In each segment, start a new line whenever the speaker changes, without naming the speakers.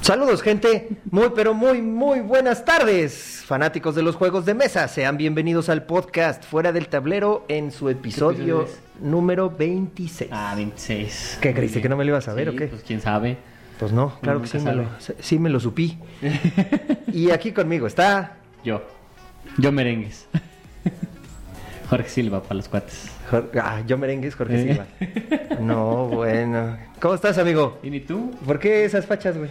Saludos gente, muy pero muy muy buenas tardes, fanáticos de los juegos de mesa, sean bienvenidos al podcast Fuera del Tablero en su episodio,
episodio
número 26.
Ah, 26.
¿Qué creíste que no me lo ibas a ver
Sí,
o qué?
Pues quién sabe.
Pues no, claro
Uno
que sí me,
nunca
lo, sí me lo supí. y aquí conmigo está
Yo. Yo merengues. Jorge Silva para los cuates.
Jor- ah, yo merengues Jorge
Eh.
Silva. No, bueno. ¿Cómo estás, amigo?
¿Y ni tú?
¿Por qué esas fachas, güey?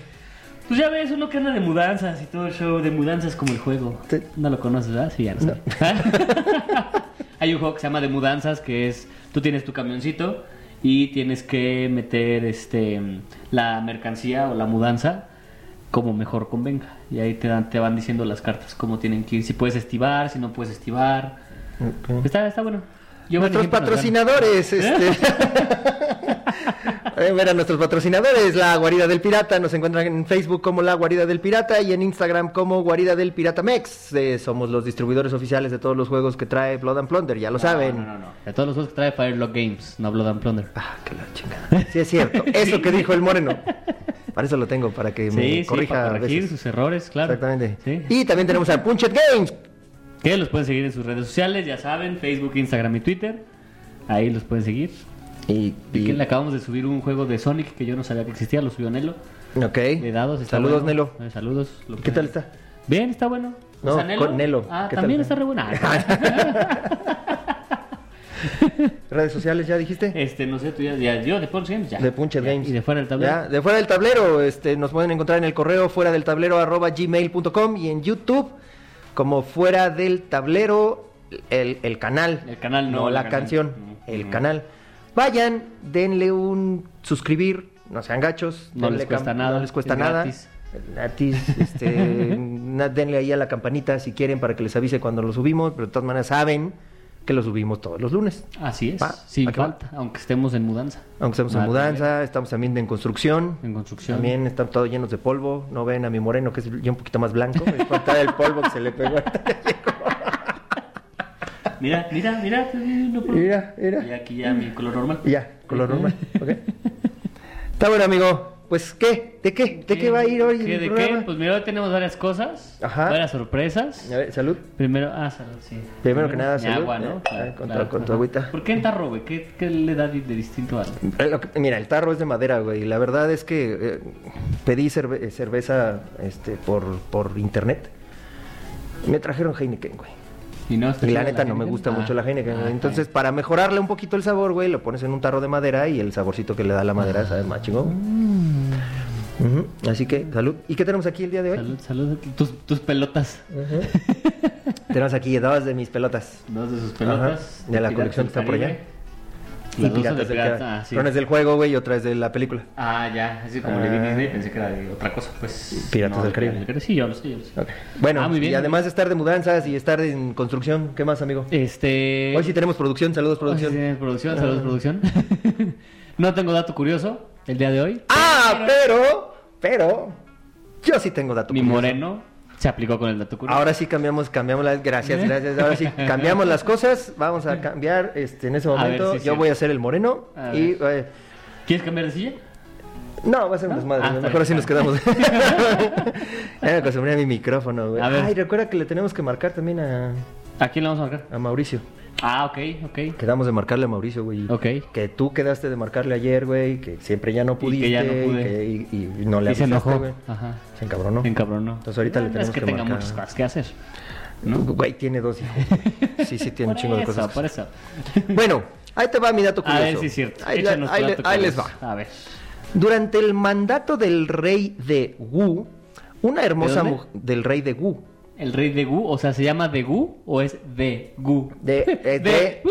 Pues ya ves, uno que anda de mudanzas y todo el show. De mudanzas como el juego.
Te-
No lo conoces, ¿verdad? Sí, ya lo sabes. Hay un juego que se llama De Mudanzas que es... Tú tienes tu camioncito y tienes que meter este la mercancía o la mudanza como mejor convenga. Y ahí te, dan, te van diciendo las cartas cómo tienen que ir. Si puedes estivar, si no puedes estivar. Está, está bueno. Yo
Ah. nuestros
siempre nos
patrocinadores, este. Eh, Ver a nuestros patrocinadores, La Guarida del Pirata, nos encuentran en Facebook como La Guarida del Pirata y en Instagram como Guarida del Pirata Mex. Eh, somos los distribuidores oficiales de todos los juegos que trae Blood and Plunder, ya lo
ganan.
saben.
No, no, no, no. De todos los juegos que trae Firelock Games, no Blood and Plunder.
Ah, que la chingada. Sí, es cierto. Eso que dijo el moreno. Para eso lo tengo, para que me
Sí, sí,
corrija
para
a
corregir
veces.
sus errores, claro.
Exactamente.
Sí.
Y también tenemos a Punchet Games.
Que los pueden seguir en sus redes sociales, ya saben, Facebook, Instagram y Twitter. Ahí los pueden seguir.
Y,
Y que le acabamos de subir un juego de Sonic que yo no sabía que existía, lo subió Nelo.
Ok.
De dados, está
Saludos,
bueno.
Nelo.
Eh, saludos. lo
¿Qué
pueden-
tal está?
Bien, está bueno.
No, con Nelo.
Ah,
¿Qué tal
también
está?
está re buena. Ah,
¿Redes sociales ya dijiste?
este, no sé, tú ya, ya yo de Pulse Games ya.
De Punchet
Ya,
Games.
Y de fuera del tablero.
Ya, de fuera del tablero, este, nos pueden encontrar en el correo fuera del tablero arroba gmail.com y en YouTube como fuera del tablero el, el canal.
El canal, no,
la
el canal.
canción,
Ujú.
el canal. Vayan, denle un suscribir, no sean gachos.
No les
denle cam-
cuesta nada,
No les cuesta
es
nada.
gratis.
Gratis, este, na- denle ahí a la campanita si quieren para que les avise cuando lo subimos, pero de todas maneras saben que lo subimos todos los lunes.
Así es,
Va, ¿a
sin
qué va?
falta, aunque estemos en mudanza.
Aunque estamos en
Vale.
mudanza, estamos también en construcción.
Ah, En construcción.
También están todos llenos de polvo. No ven a mi moreno, que es ya un poquito más blanco. Es falta del polvo que se le pegó.
Mira, mira, mira. te di uno por-
Mira, mira.
Y aquí ya mi color normal.
ya, color normal. ok. Está bueno, amigo. Pues, ¿qué? ¿De qué? ¿De qué va a ir hoy
¿Qué,
el
¿De qué?
programa?
Pues mira, hoy tenemos varias cosas,
Ajá.
varias sorpresas.
A ver, salud.
Primero, ah, salud, sí.
Primero que nada,
mi
salud,
agua,
eh,
¿no?
eh, con tu- con tu
ajá.
agüita.
¿Por qué en tarro, güey? ¿Qué, qué le da de de distinto a
Eh, lo que- Mira, el tarro es de madera, güey. La verdad es que eh, pedí cerve- eh, cerveza este, por, por internet. Me trajeron Heineken, güey.
Y, no,
Y la neta no me gusta mucho la Heineken. güey. Entonces, para mejorarle un poquito el sabor, güey, lo pones en un tarro de madera y el saborcito que le da la madera sabe más chingón. Ujú, Así que, salud. ¿Y qué tenemos aquí el día de hoy?
Mm. Salud, salud. Tus, tus pelotas.
Tenemos aquí dos de mis pelotas.
Dos de sus pelotas.
Ajá, de la
Piratas
colección que
del
está por allá.
Caribe.
Y
Las dos son de
piratas del
piratas,
Caribe.
ah, sí.
Una es del juego, güey, y otra es de la película.
Ah, ya, así como le
Ah.
vi Disney, pensé que era de otra cosa, pues.
Piratas del Caribe.
Sí, yo lo sé, yo lo sé.
Ok. Bueno,
Ah, muy bien.
y además de estar de mudanzas y estar en construcción, ¿qué más, amigo?
Este.
Hoy sí tenemos producción, saludos,
Hoy sí
producción. Ah.
tienes producción, saludos, producción. no tengo dato curioso el día de hoy.
Ah, pero, pero, yo sí tengo dato.
Mi
Ah, curioso.
moreno se aplicó con el dato curioso.
Ahora sí cambiamos, cambiamos las
¿Eh?
gracias, gracias. Ahora sí cambiamos las cosas. Vamos a cambiar este en ese
A ver,
momento.
sí,
Yo
sí.
voy a ser el moreno
A
y eh,
¿Quieres cambiar de silla?
no, va a ser un desmadre.
Ah, está
Mejor
bien,
así nos
está
quedamos. ya me acostumbré a mi micrófono, güey.
A ver.
Ay, recuerda que le tenemos que marcar también a,
¿A quién le vamos a marcar?
a Mauricio.
Ah, ok, ok.
Quedamos de marcarle a Mauricio, güey.
Ok.
Que tú quedaste de marcarle ayer, güey, que siempre ya no pudiste.
que ya no pude.
que- y, y no le
Y se
avisaste,
enojó.
güey.
Ajá.
Se encabronó.
Se encabronó.
Entonces ahorita le
No
tenemos
es que,
que
tenga
marcar.
muchas cosas que hacer.
Güey, tiene dos hijos. güey. Sí, sí, tiene un
Por
chingo de
eso,
cosas. que
Por eso.
Bueno, ahí te va mi dato
A
curioso.
ver si Ah, es cierto.
Ahí, la-
Échanos tu
ahí le-
dato
ahí les va.
curioso. A ver.
Durante el mandato del rey de Wu, una hermosa
¿De dónde?
mujer del rey de Wu,
¿El rey de Gu? O sea, ¿se llama de Gu o es de Gu?
de, eh, de-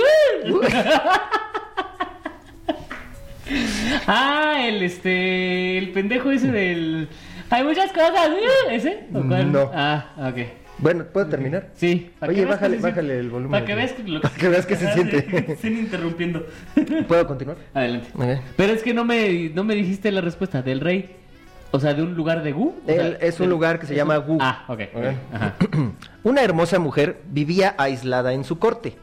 Ah, el este. El pendejo ese del. Hay muchas cosas, ¿eh? ¿ese? ¿O cuál?
Mm, No.
Ah, ok.
bueno, ¿puedo terminar?
Sí. para
Oye,
que veas que
bájale-
se siente-
bájale el volumen
Para
al-
que veas que, lo
para que veas que se
Ajá,
siente.
sí, que Estén interrumpiendo.
¿Puedo continuar?
Adelante.
Ok.
Pero es que no me, no me dijiste la respuesta del rey. O sea, de un lugar de Gu. O sea,
El- es un
del-
lugar que se
es
llama
un-
Gu.
Ah, ok.
Ok.
Ajá.
Una hermosa mujer vivía aislada en su corte,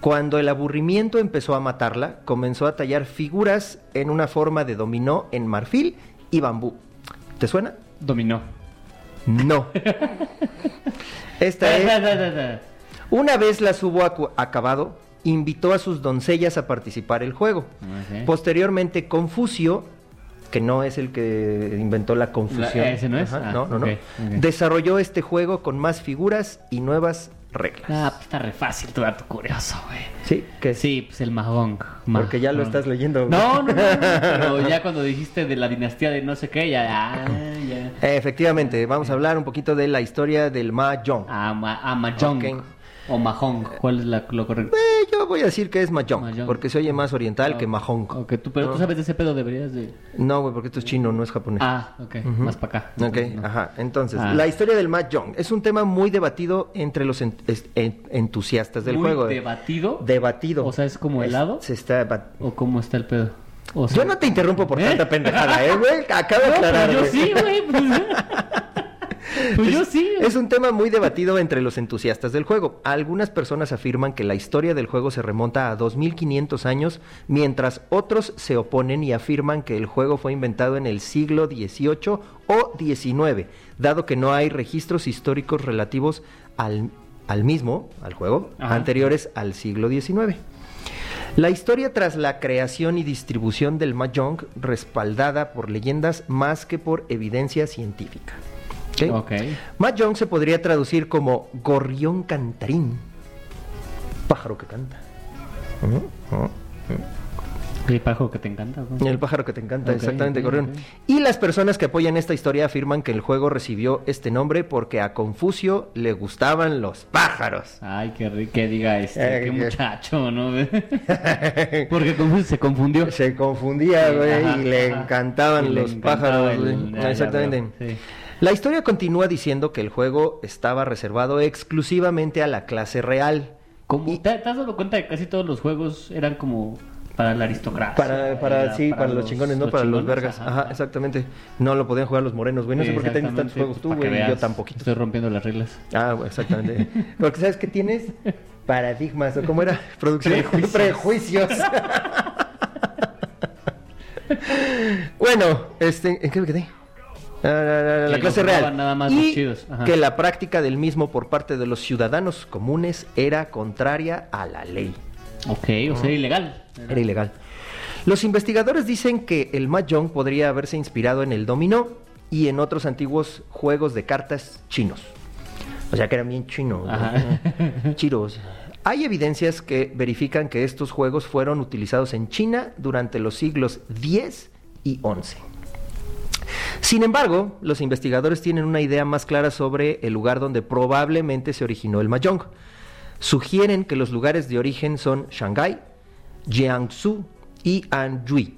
Cuando el aburrimiento empezó a matarla, comenzó a tallar figuras en una forma de dominó en marfil y bambú. ¿Te suena?
Dominó.
No. Esta
Ta,
es...
ta, ta, ta.
Una vez las hubo acu- acabado, invitó a sus doncellas a participar el juego.
Ok.
Pues- Posteriormente, Confucio, que no es el que inventó la confusión,
La- ese no es?
Ajá,
Ah,
no, no,
ok,
no.
ok.
desarrolló este juego con más figuras y nuevas reglas.
Ah, pues está re fácil tu dato curioso, güey.
Sí, que
Sí, pues el Mahong.
Porque ya lo estás leyendo, güey.
No, no, no, no, Pero ya cuando dijiste de la dinastía de no sé qué, ya. Ah, ya.
Efectivamente, vamos a hablar un poquito de la historia del Mahjong.
Ah, ma- ah, Mahjong.
Ok.
O Mahong. ¿Cuál es la, lo correcto?
Eh, yo voy a decir que es Mahjong,
Mahjong.
porque se oye más oriental que Mahjong.
Ah, Ok, tú, pero tú sabes de ese pedo, deberías de.
No, güey, porque esto es chino, no es japonés.
Ah, ok, más para acá.
Ok, ajá. Entonces,
Ah.
la historia del Mahjong es un tema muy debatido entre los ent- es- en- entusiastas del
Muy
juego. eh.
debatido.
Debatido.
O sea, ¿es como
Es-
helado?
se está bat-
¿O cómo está el pedo? O sea-
Yo no te interrumpo por
¿Eh?
tanta pendejada, ¿eh, güey? Acabo de
No, pero
aclarar.
yo
güey.
sí, güey. Pues, pues yo sí. güey.
Es un tema muy debatido entre los entusiastas del juego. Algunas personas afirman que la historia del juego se remonta a 2500 años, mientras otros se oponen y afirman que el juego fue inventado en el siglo XVIII o XIX, dado que no hay registros históricos relativos al, al mismo, al juego,
Ajá.
anteriores al siglo XIX. La historia tras la creación y distribución del Mahjong respaldada por leyendas más que por evidencia científica. ¿Ok?
Ok.
Mahjong se podría traducir como gorrión cantarín. Pájaro que canta.
El pájaro que te encanta, ¿no?
El pájaro que te encanta,
Ok,
exactamente,
ok,
gorrión.
ok.
Y las personas que apoyan esta historia afirman que el juego recibió este nombre porque a Confucio le gustaban los pájaros.
Ay, qué rico que diga este,
Eh,
qué
eh.
muchacho, ¿no? Porque confu- se confundió.
Se confundía, güey,
Ajá,
y le
ajá.
encantaban
Y le
los
encantaba
pájaros.
el-
güey.
ya, ya
exactamente.
veo, sí.
La historia continúa diciendo que el juego estaba reservado exclusivamente a la clase real.
Como-
Y-
¿Te, te has dado cuenta de que casi todos los juegos eran como para la aristocracia?
Para, para,
Era
sí, para, los chingones, no para los
chingones,
vergas. Ajá, exactamente. No lo podían jugar los morenos, güey. No
Sí,
sé por qué tienes tantos
exactamente,
juegos
pues,
tú,
para que
güey. y Yo
veas.
tampoco.
Estoy rompiendo las reglas.
Ah, güey, exactamente. Porque ¿sabes qué tienes? Paradigmas, ¿o cómo era? Producción.
Prejuicios.
Prejuicios. bueno, este, ¿en qué me quedé? Ah, la- la- la
Que
clase
los
real.
jugaban nada más los
y
chidos, ajá.
que la práctica del mismo por parte de los ciudadanos comunes era contraria a la ley.
Ok, o sea, ilegal.
Era ilegal. Los investigadores dicen que el mahjong podría haberse inspirado en el dominó y en otros antiguos juegos de cartas chinos. O sea que eran bien chinos. ¿no?
Ajá.
Chiros. Hay evidencias que verifican que estos juegos fueron utilizados en China durante los siglos X y XI. Sin embargo, los investigadores tienen una idea más clara sobre el lugar donde probablemente se originó el mahjong. Sugieren que los lugares de origen son Shanghái, Jiangsu y Anhui.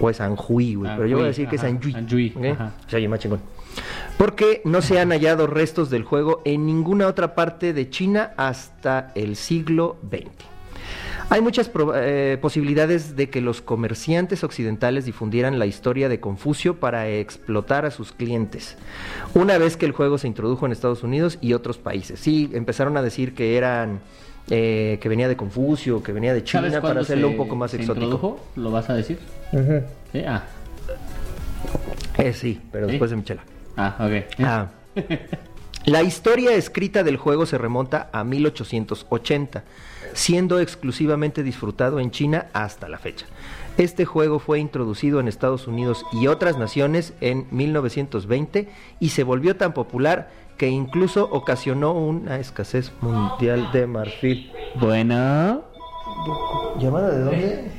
O es Anhui, güey, pero yo voy a decir que es
Ajá,
Anhui.
Anhui,
¿ok?
ajá.
Se oye más chingón. Porque no se han hallado restos del juego en ninguna otra parte de China hasta el siglo XX. Hay muchas proba- eh, posibilidades de que los comerciantes occidentales difundieran la historia de Confucio para explotar a sus clientes. Una vez que el juego se introdujo en Estados Unidos y otros países. Sí, empezaron a decir que eran. eh, que venía de Confucio, que venía de
¿Sabes
China, para
cuándo
hacerlo
se-
un poco más
se
exótico.
introdujo? ¿Lo vas a decir? ¿Sí? Ah,
Eh, sí, pero
¿Sí?
después de mi chela.
ah, ok.
Ah. La historia escrita del juego se remonta a 1880, siendo exclusivamente disfrutado en China hasta la fecha. Este juego fue introducido en Estados Unidos y otras naciones en 1920 y se volvió tan popular que incluso ocasionó una escasez mundial de marfil.
Bueno.
¿Llamada de dónde?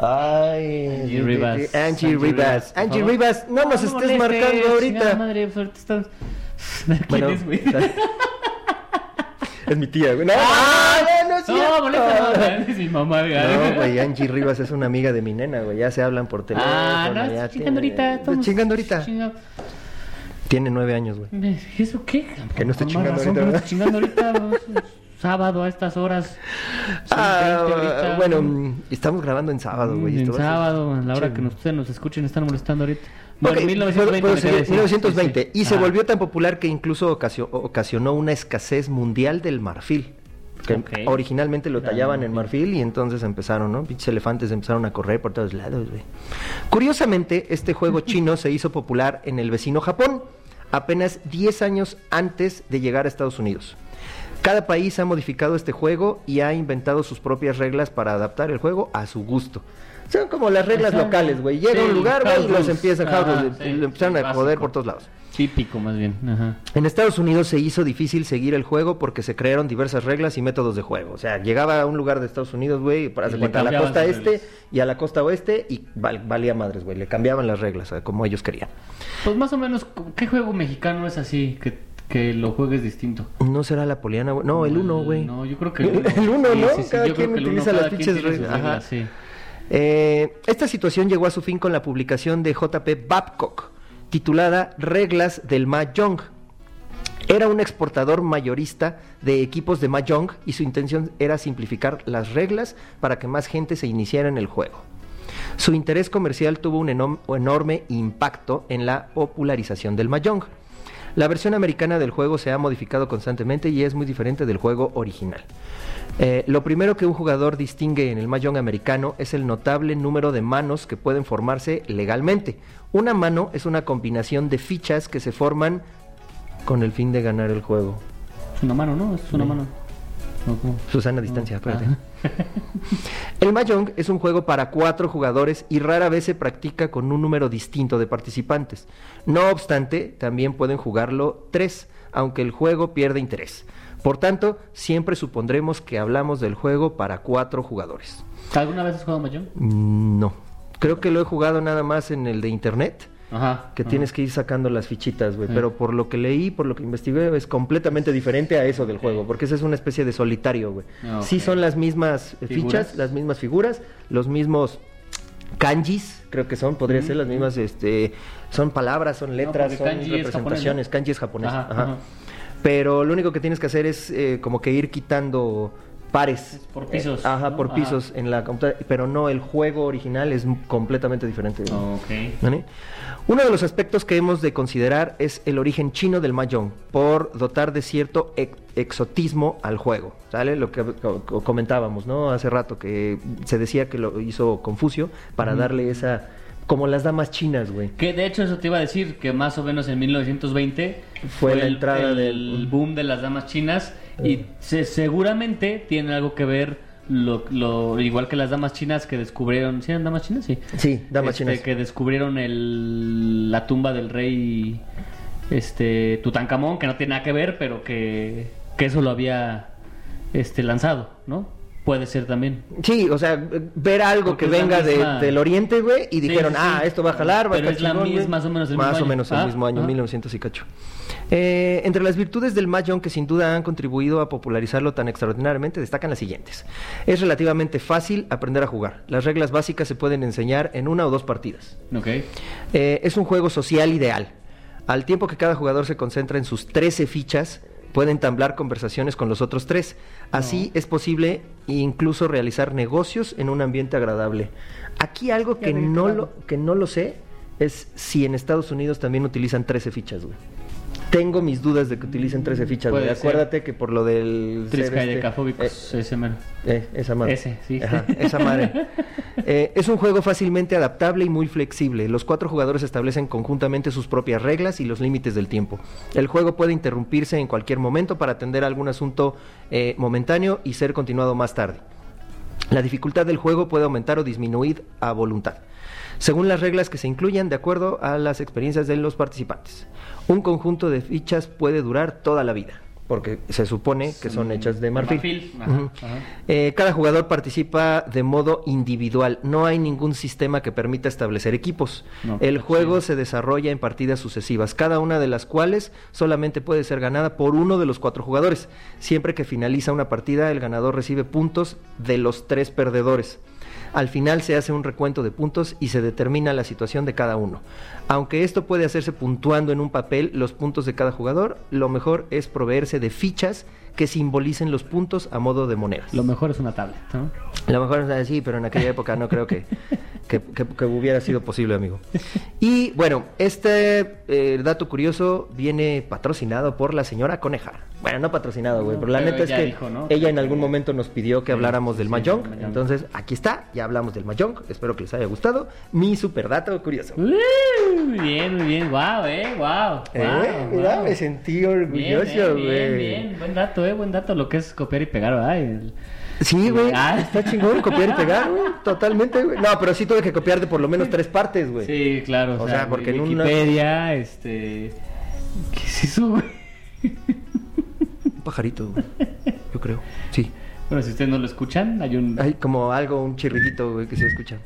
Ay,
Angie Rivas.
Angie Rivas.
por
Angie
favor.
Rivas, no nos
me
estés
molestes,
marcando
chingada
ahorita.
madre, pues ahorita estamos... ¿Quién
Bueno,
es, güey?
Es mi tía, güey. No, no, no es
Ah, No,
cierto.
molesta, no, es mi mamá,
No,
güey.
güey, Angie Rivas es una amiga de mi nena, güey. Ya se hablan por teléfono.
Ah, no,
ya
estás chingando
tiene- pues,
ahorita. estamos
Chingando ahorita.
chingando.
Tiene nueve años, güey.
¿Y ¿Eso qué?
Que no esté
Con
chingando
más
ahorita,
que no
¿verdad?
esté chingando ahorita. ¿no? Sábado a estas horas.
Ah,
6:20 ahorita.
bueno, mm, estamos grabando en sábado,
Mm,
güey.
en
esto va a ser-
sábado, a la hora
Sí.
que nos- ustedes nos escuchen, están molestando ahorita.
Ok,
Bueno,
puedo-
1920.
puedo
me
seguir.
quedé, sí,
1920.
sí, sí.
Y se
Ajá.
volvió tan popular que incluso ocasio- ocasionó una escasez mundial del marfil. que
Ok.
originalmente lo
Eran
tallaban en marfil y entonces empezaron, ¿no? Pinches elefantes empezaron a correr por todos lados, güey. Curiosamente, este juego chino se hizo popular en el vecino Japón apenas 10 años antes de llegar a Estados Unidos. Cada país ha modificado este juego y ha inventado sus propias reglas para adaptar el juego a su gusto. Son como las reglas
Ajá.
locales, güey. Llega a
Sí,
un lugar, güey, y
house
los
rules.
empiezan, house
Ajá,
rules,
sí,
lo empezaron
sí,
a joder
básico.
por todos lados.
Típico, más bien. Ajá.
En Estados Unidos se hizo difícil seguir el juego porque se crearon diversas reglas y métodos de juego. O sea, llegaba a un lugar de Estados Unidos, güey, para
Y
hacer
le
cuenta a la
cambiaban
costa
sus
este
reglas.
y a la costa oeste y val- valía madres, güey. Le cambiaban las reglas eh, como ellos querían.
Pues más o menos, ¿qué juego mexicano es así? Que, que lo juegues distinto.
¿No será la poliana, güey? No, el uno, güey.
No, yo creo que el uno.
El uno,
Sí,
¿no?
sí, sí,
Cada
yo creo
quien
que el uno,
utiliza
cada
las
quien
pinches
tiene sus
reglas. Ajá.
sí.
Eh, esta situación llegó a su fin con la publicación de JP Babcock, titulada Reglas del Mahjong. Era un exportador mayorista de equipos de Mahjong y su intención era simplificar las reglas para que más gente se iniciara en el juego. Su interés comercial tuvo un enom- enorme impacto en la popularización del Mahjong. La versión americana del juego se ha modificado constantemente y es muy diferente del juego original. Eh, lo primero que un jugador distingue en el Mahjong americano es el notable número de manos que pueden formarse legalmente. Una mano es una combinación de fichas que se forman con el fin de ganar el juego.
Es una mano, ¿no? Es una mano. No, ¿cómo?
Susana, distancia, espérate.
Ah.
El Mahjong es un juego para cuatro jugadores y rara vez se practica con un número distinto de participantes. No obstante, también pueden jugarlo tres, aunque el juego pierde interés. Por tanto, siempre supondremos que hablamos del juego para cuatro jugadores.
¿Alguna vez has jugado Mayón?
Mm, No. Creo que lo he jugado nada más en el de internet,
Ajá.
que
ajá.
tienes que ir sacando las fichitas, güey.
Sí.
Pero por lo que leí, por lo que investigué, es completamente diferente a eso del juego, porque esa es una especie de solitario, güey.
Ah,
Sí
ok.
son las mismas eh,
Figuras.
fichas, las mismas figuras, los mismos kanjis, creo que son, podría ser las mismas, este, son palabras, son letras,
porque
son
kanji es japonés, ¿no?
representaciones, kanji es japonés.
Ajá,
ajá.
ajá.
Pero lo único que tienes que hacer es eh, como que ir quitando pares.
Por pisos,
Eh, ajá,
¿no?
por
Ajá.
pisos en la computadora, pero no, el juego original es completamente diferente.
Oh, Ok.
¿Vale? Uno de los aspectos que hemos de considerar es el origen chino del Mahjong, por dotar de cierto ex- exotismo al juego. ¿Sale? Lo que co- co- comentábamos, ¿no? Hace rato que se decía que lo hizo Confucio para darle esa. como las damas chinas, güey.
Que de hecho eso te iba a decir, que más o menos en 1920
Fue la entrada
el
del- Eh.
boom de las damas chinas y se- seguramente tiene algo que ver lo, lo- igual que las damas chinas que descubrieron, ¿sí eran damas chinas? Sí.
Sí, damas
Este,
chinas.
que descubrieron el, la tumba del rey este Tutankamón, que no tiene nada que ver, pero que, que eso lo había este lanzado, ¿no? Puede ser también.
Sí, o sea, ver algo
Porque
que
es la
venga de-
misma-
del oriente, güey, y
Sí,
dijeron,
sí, sí.
ah, esto va a jalar, va a
Pero
estar
es la
chingón,
misma-
güey".
más o menos el
Más
mismo
o
año.
menos el
Ah,
mismo año,
ajá.
1900 y cacho. Eh, entre las virtudes del Mahjong que sin duda han contribuido a popularizarlo tan extraordinariamente, destacan las siguientes. Es relativamente fácil aprender a jugar. Las reglas básicas se pueden enseñar en una o dos partidas.
Ok.
Eh, es un juego social ideal. Al tiempo que cada jugador se concentra en sus 13 fichas, pueden tamblar conversaciones con los otros tres. Así es posible incluso realizar negocios en un ambiente agradable. Aquí algo que no, lo, que no lo sé es si en Estados Unidos también utilizan 13 fichas, güey. Tengo mis dudas de que utilicen 13 fichas,
Puede
güey.
ser.
Acuérdate que por lo del... ser
Trisca y
este-
decafóbicos, ese mero.
eh, esa madre.
Ese, sí.
Ajá, esa madre. Eh, es un juego fácilmente adaptable y muy flexible. Los cuatro jugadores establecen conjuntamente sus propias reglas y los límites del tiempo. El juego puede interrumpirse en cualquier momento para atender algún asunto eh, momentáneo y ser continuado más tarde. La dificultad del juego puede aumentar o disminuir a voluntad, según las reglas que se incluyan de acuerdo a las experiencias de los participantes. Un conjunto de fichas puede durar toda la vida, porque se supone eh, que son hechas de marfil.
Ajá,
Ujú.
Mm, ajá.
Eh, cada jugador participa de modo individual. No hay ningún sistema que permita establecer equipos.
No,
El
está
juego
chido.
se desarrolla en partidas sucesivas, cada una de las cuales solamente puede ser ganada por uno de los cuatro jugadores. Siempre que finaliza una partida, el ganador recibe puntos de los tres perdedores. Al final se hace un recuento de puntos y se determina la situación de cada uno. Aunque esto puede hacerse puntuando en un papel los puntos de cada jugador, lo mejor es proveerse de fichas que simbolicen los puntos a modo de monedas.
Lo mejor es una tablet, ¿no?
A lo mejor es así, pero en aquella época no creo que. que, que- que hubiera sido posible, amigo. Y bueno, este eh, dato curioso viene patrocinado por la señora Conejar. Bueno, no patrocinado, güey,
No,
pero la
pero
neta es
ella
que
dijo, ¿no?
ella en algún momento nos pidió que
Sí,
habláramos del
sí,
Mahjong.
del Mahjong.
Entonces, aquí está, ya hablamos del Mahjong. Espero que les haya gustado. Mi super dato curioso.
Uh, Muy bien, muy bien. Wow, eh, wow.
Eh, mira, me sentí orgulloso,
bien,
güey.
eh, bien, bien. Buen dato, eh, buen dato. Lo que es copiar y pegar, ¿verdad? El-
Sí, güey.
Ah.
Está chingón copiar y pegar, güey. Totalmente, güey. No, pero sí tuve que copiar de por lo menos tres partes, güey.
Sí, claro.
O sea, porque en una-
Wikipedia, este. ¿Qué es eso, güey?
Un pajarito, güey. Yo creo. Sí.
Bueno, si ustedes no lo escuchan, hay un.
Hay como algo, un chirridito, güey, que se escucha.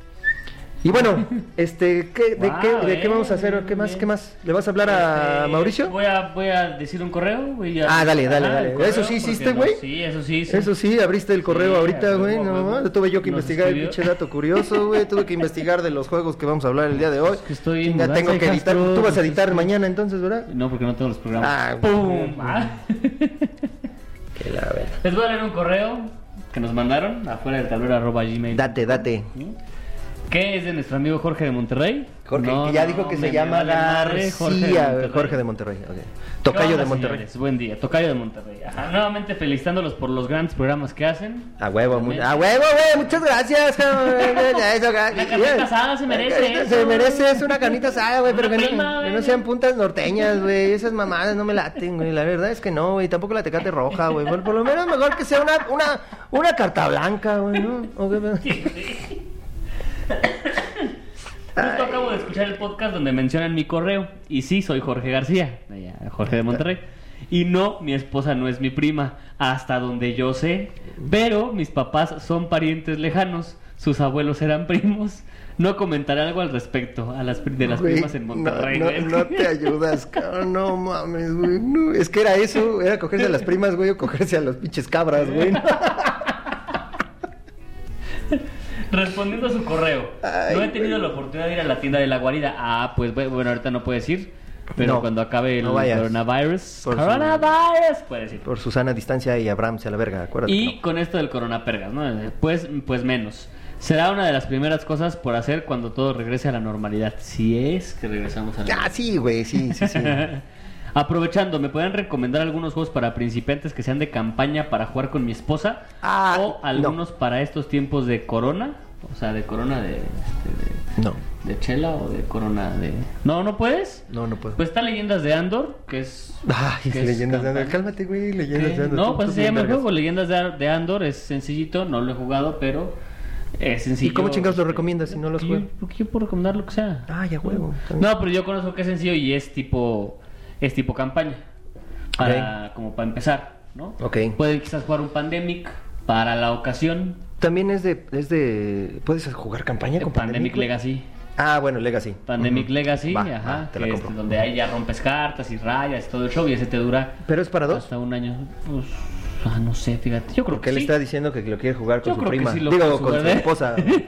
Y bueno, este, ¿qué, de,
Wow,
qué, de qué
eh,
vamos a hacer?
bien,
¿Qué más?
bien.
¿Qué más? ¿Le vas a hablar a
Este,
Mauricio?
Voy a, voy a decir un correo, güey. ya-
Ah, dale, dale,
Ajá,
dale.
el correo,
Eso sí
porque
hiciste,
no-
güey.
Sí, eso sí. sí.
Eso sí, abriste el correo
Sí,
ahorita,
a
güey.
huevo, a
No,
huevo.
mames, tuve yo que
Nos
investigar el
escribió.
pinche dato curioso, güey. Tuve que investigar de los juegos que vamos a hablar el día de hoy.
Es que estoy en
Ya
mudanza,
tengo que editar.
Castro. pues,
Tú vas a editar mañana, entonces, ¿verdad?
No, porque no tengo los programas.
Ah,
¡Pum!
güey.
Ah.
Que la verdad.
Les voy a leer un correo que nos mandaron afuera del tablero arroba gmail.
Date, date.
que es de nuestro amigo Jorge de Monterrey.
Jorge,
No,
que ya
no,
dijo que
me-
se
me
llama
vale madre,
García. Jorge de Monterrey. ok. Tocayo
¿Qué onda,
de Monterrey.
señores? Buen día, Tocayo de Monterrey. Ajá, Nuevamente felicitándolos por los grandes programas que hacen.
A huevo, mu- a huevo, güey, muchas gracias. cabrón. Eso, ca-
Una carnita
bien.
asada se merece
Una carnita-
eso.
Se merece eso, una carnita asada, güey,
Una
pero que no-
prima,
que no,
güey.
sean puntas norteñas, güey. Esas mamadas no me laten, güey. La verdad es que no, güey. Tampoco la tecate roja, güey. Por, por lo menos mejor que sea una, una, una carta blanca, güey, ¿no? ¿O qué pedo?
Justo acabo de escuchar el podcast donde mencionan mi correo. Y sí, soy Jorge García, allá, Jorge de Monterrey. Y no, mi esposa no es mi prima, hasta donde yo sé. Pero mis papás son parientes lejanos, sus abuelos eran primos. No comentaré algo al respecto a las, pri- de las
Güey,
primas en Monterrey. ¿eh?
No, no-
güey.
no te ayudas, cabrón. No mames, güey. no. Es que era eso. Era cogerse a las primas, güey, o cogerse a los pinches cabras, güey.
Respondiendo a su correo,
Ay,
no he tenido la oportunidad de ir a la tienda de la guarida. Ah, pues bu- bueno, ahorita no puedes ir, pero
No,
cuando acabe el
no vayas.
coronavirus,
Por su-
coronavirus, puedes ir.
Por Susana distancia y Abrams a la verga, acuérdate.
Y con esto del coronapergas, ¿no? Pues, pues menos. Será una de las primeras cosas por hacer cuando todo regrese a la normalidad. Si es que regresamos a la
Ah, sí, güey, sí, sí, sí.
Aprovechando, ¿me pueden recomendar algunos juegos para principiantes que sean de campaña para jugar con mi esposa?
Ah,
o
no.
algunos para estos tiempos de corona. O sea, de corona de, este,
No,
de, de chela o de corona de... No, ¿no puedes?
no, no puedo.
Pues está Leyendas de Andor, que es...
Ay,
que es
leyendas de Andor.
campaña.
Cálmate, güey, leyendas
¿Qué?
de Andor.
No,
Tú-
pues
tú
se
bien
llama el
vergas.
juego Leyendas de, Ar- de Andor, es sencillito, no lo he jugado, pero es
¿Y
sencillo.
cómo chingados lo
este,
recomiendas si no los
yo-
juegas?
yo, yo puedo recomendar lo que sea.
Ah, ya huevo.
No, pero yo conozco que es sencillo y es tipo es tipo campaña para como para empezar, ¿no?
Ok.
Pueden quizás jugar un Pandemic para la ocasión,
También es de, es de. ¿Puedes jugar campaña
el
con
Pandemic,
güey?
Legacy.
Ah, bueno, Legacy.
Pandemic
Ujú.
Legacy,
Va,
ajá,
va, te
que
la
es
compro.
donde ahí ya rompes cartas y rayas y todo el show y ese te dura
Pero es para dos.
hasta un año. Pues, ah, no sé, fíjate. Yo creo
Porque
que
él
sí.
está diciendo que lo quiere jugar con
Yo
su
creo
prima.
que sí lo
Digo,
puedes
con
jugar,
su
¿eh?
esposa.
Yo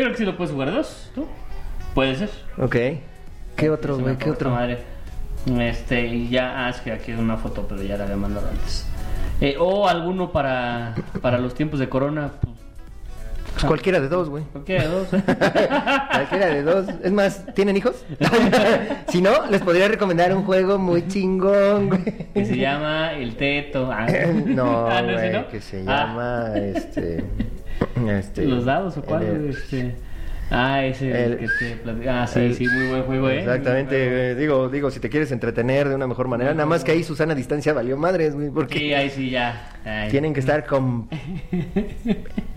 creo que sí lo puedes jugar dos, ¿tú? Puede ser.
ok. ¿Qué otro,
Se me
güey? ¿Qué
fue
otro?
esta Madre. Este, y ya, ah, es que aquí es una foto, pero ya la había mandado antes. Eh, o alguno para, para los tiempos de corona. pues,
Pues cualquiera de dos, güey.
Cualquiera de dos.
Cualquiera de dos. Es más, ¿tienen hijos? si no, les podría recomendar un juego muy chingón, güey.
que se llama El Teto. Ah.
No,
Ah, ¿no es
güey,
ese, no?
que se
Ah,
llama este, este. eh,
¿Los dados o cuál?
el-
Este, ah, ese
el-
el, que te plati- Ah, sí,
el-
sí, muy buen juego, ¿eh?
Exactamente,
Muy buen juego.
güey. digo, digo, si te quieres entretener de una mejor manera, nada más que ahí Susana distancia valió madres, güey, porque
Sí, ahí sí ya. Ay.
tienen que estar con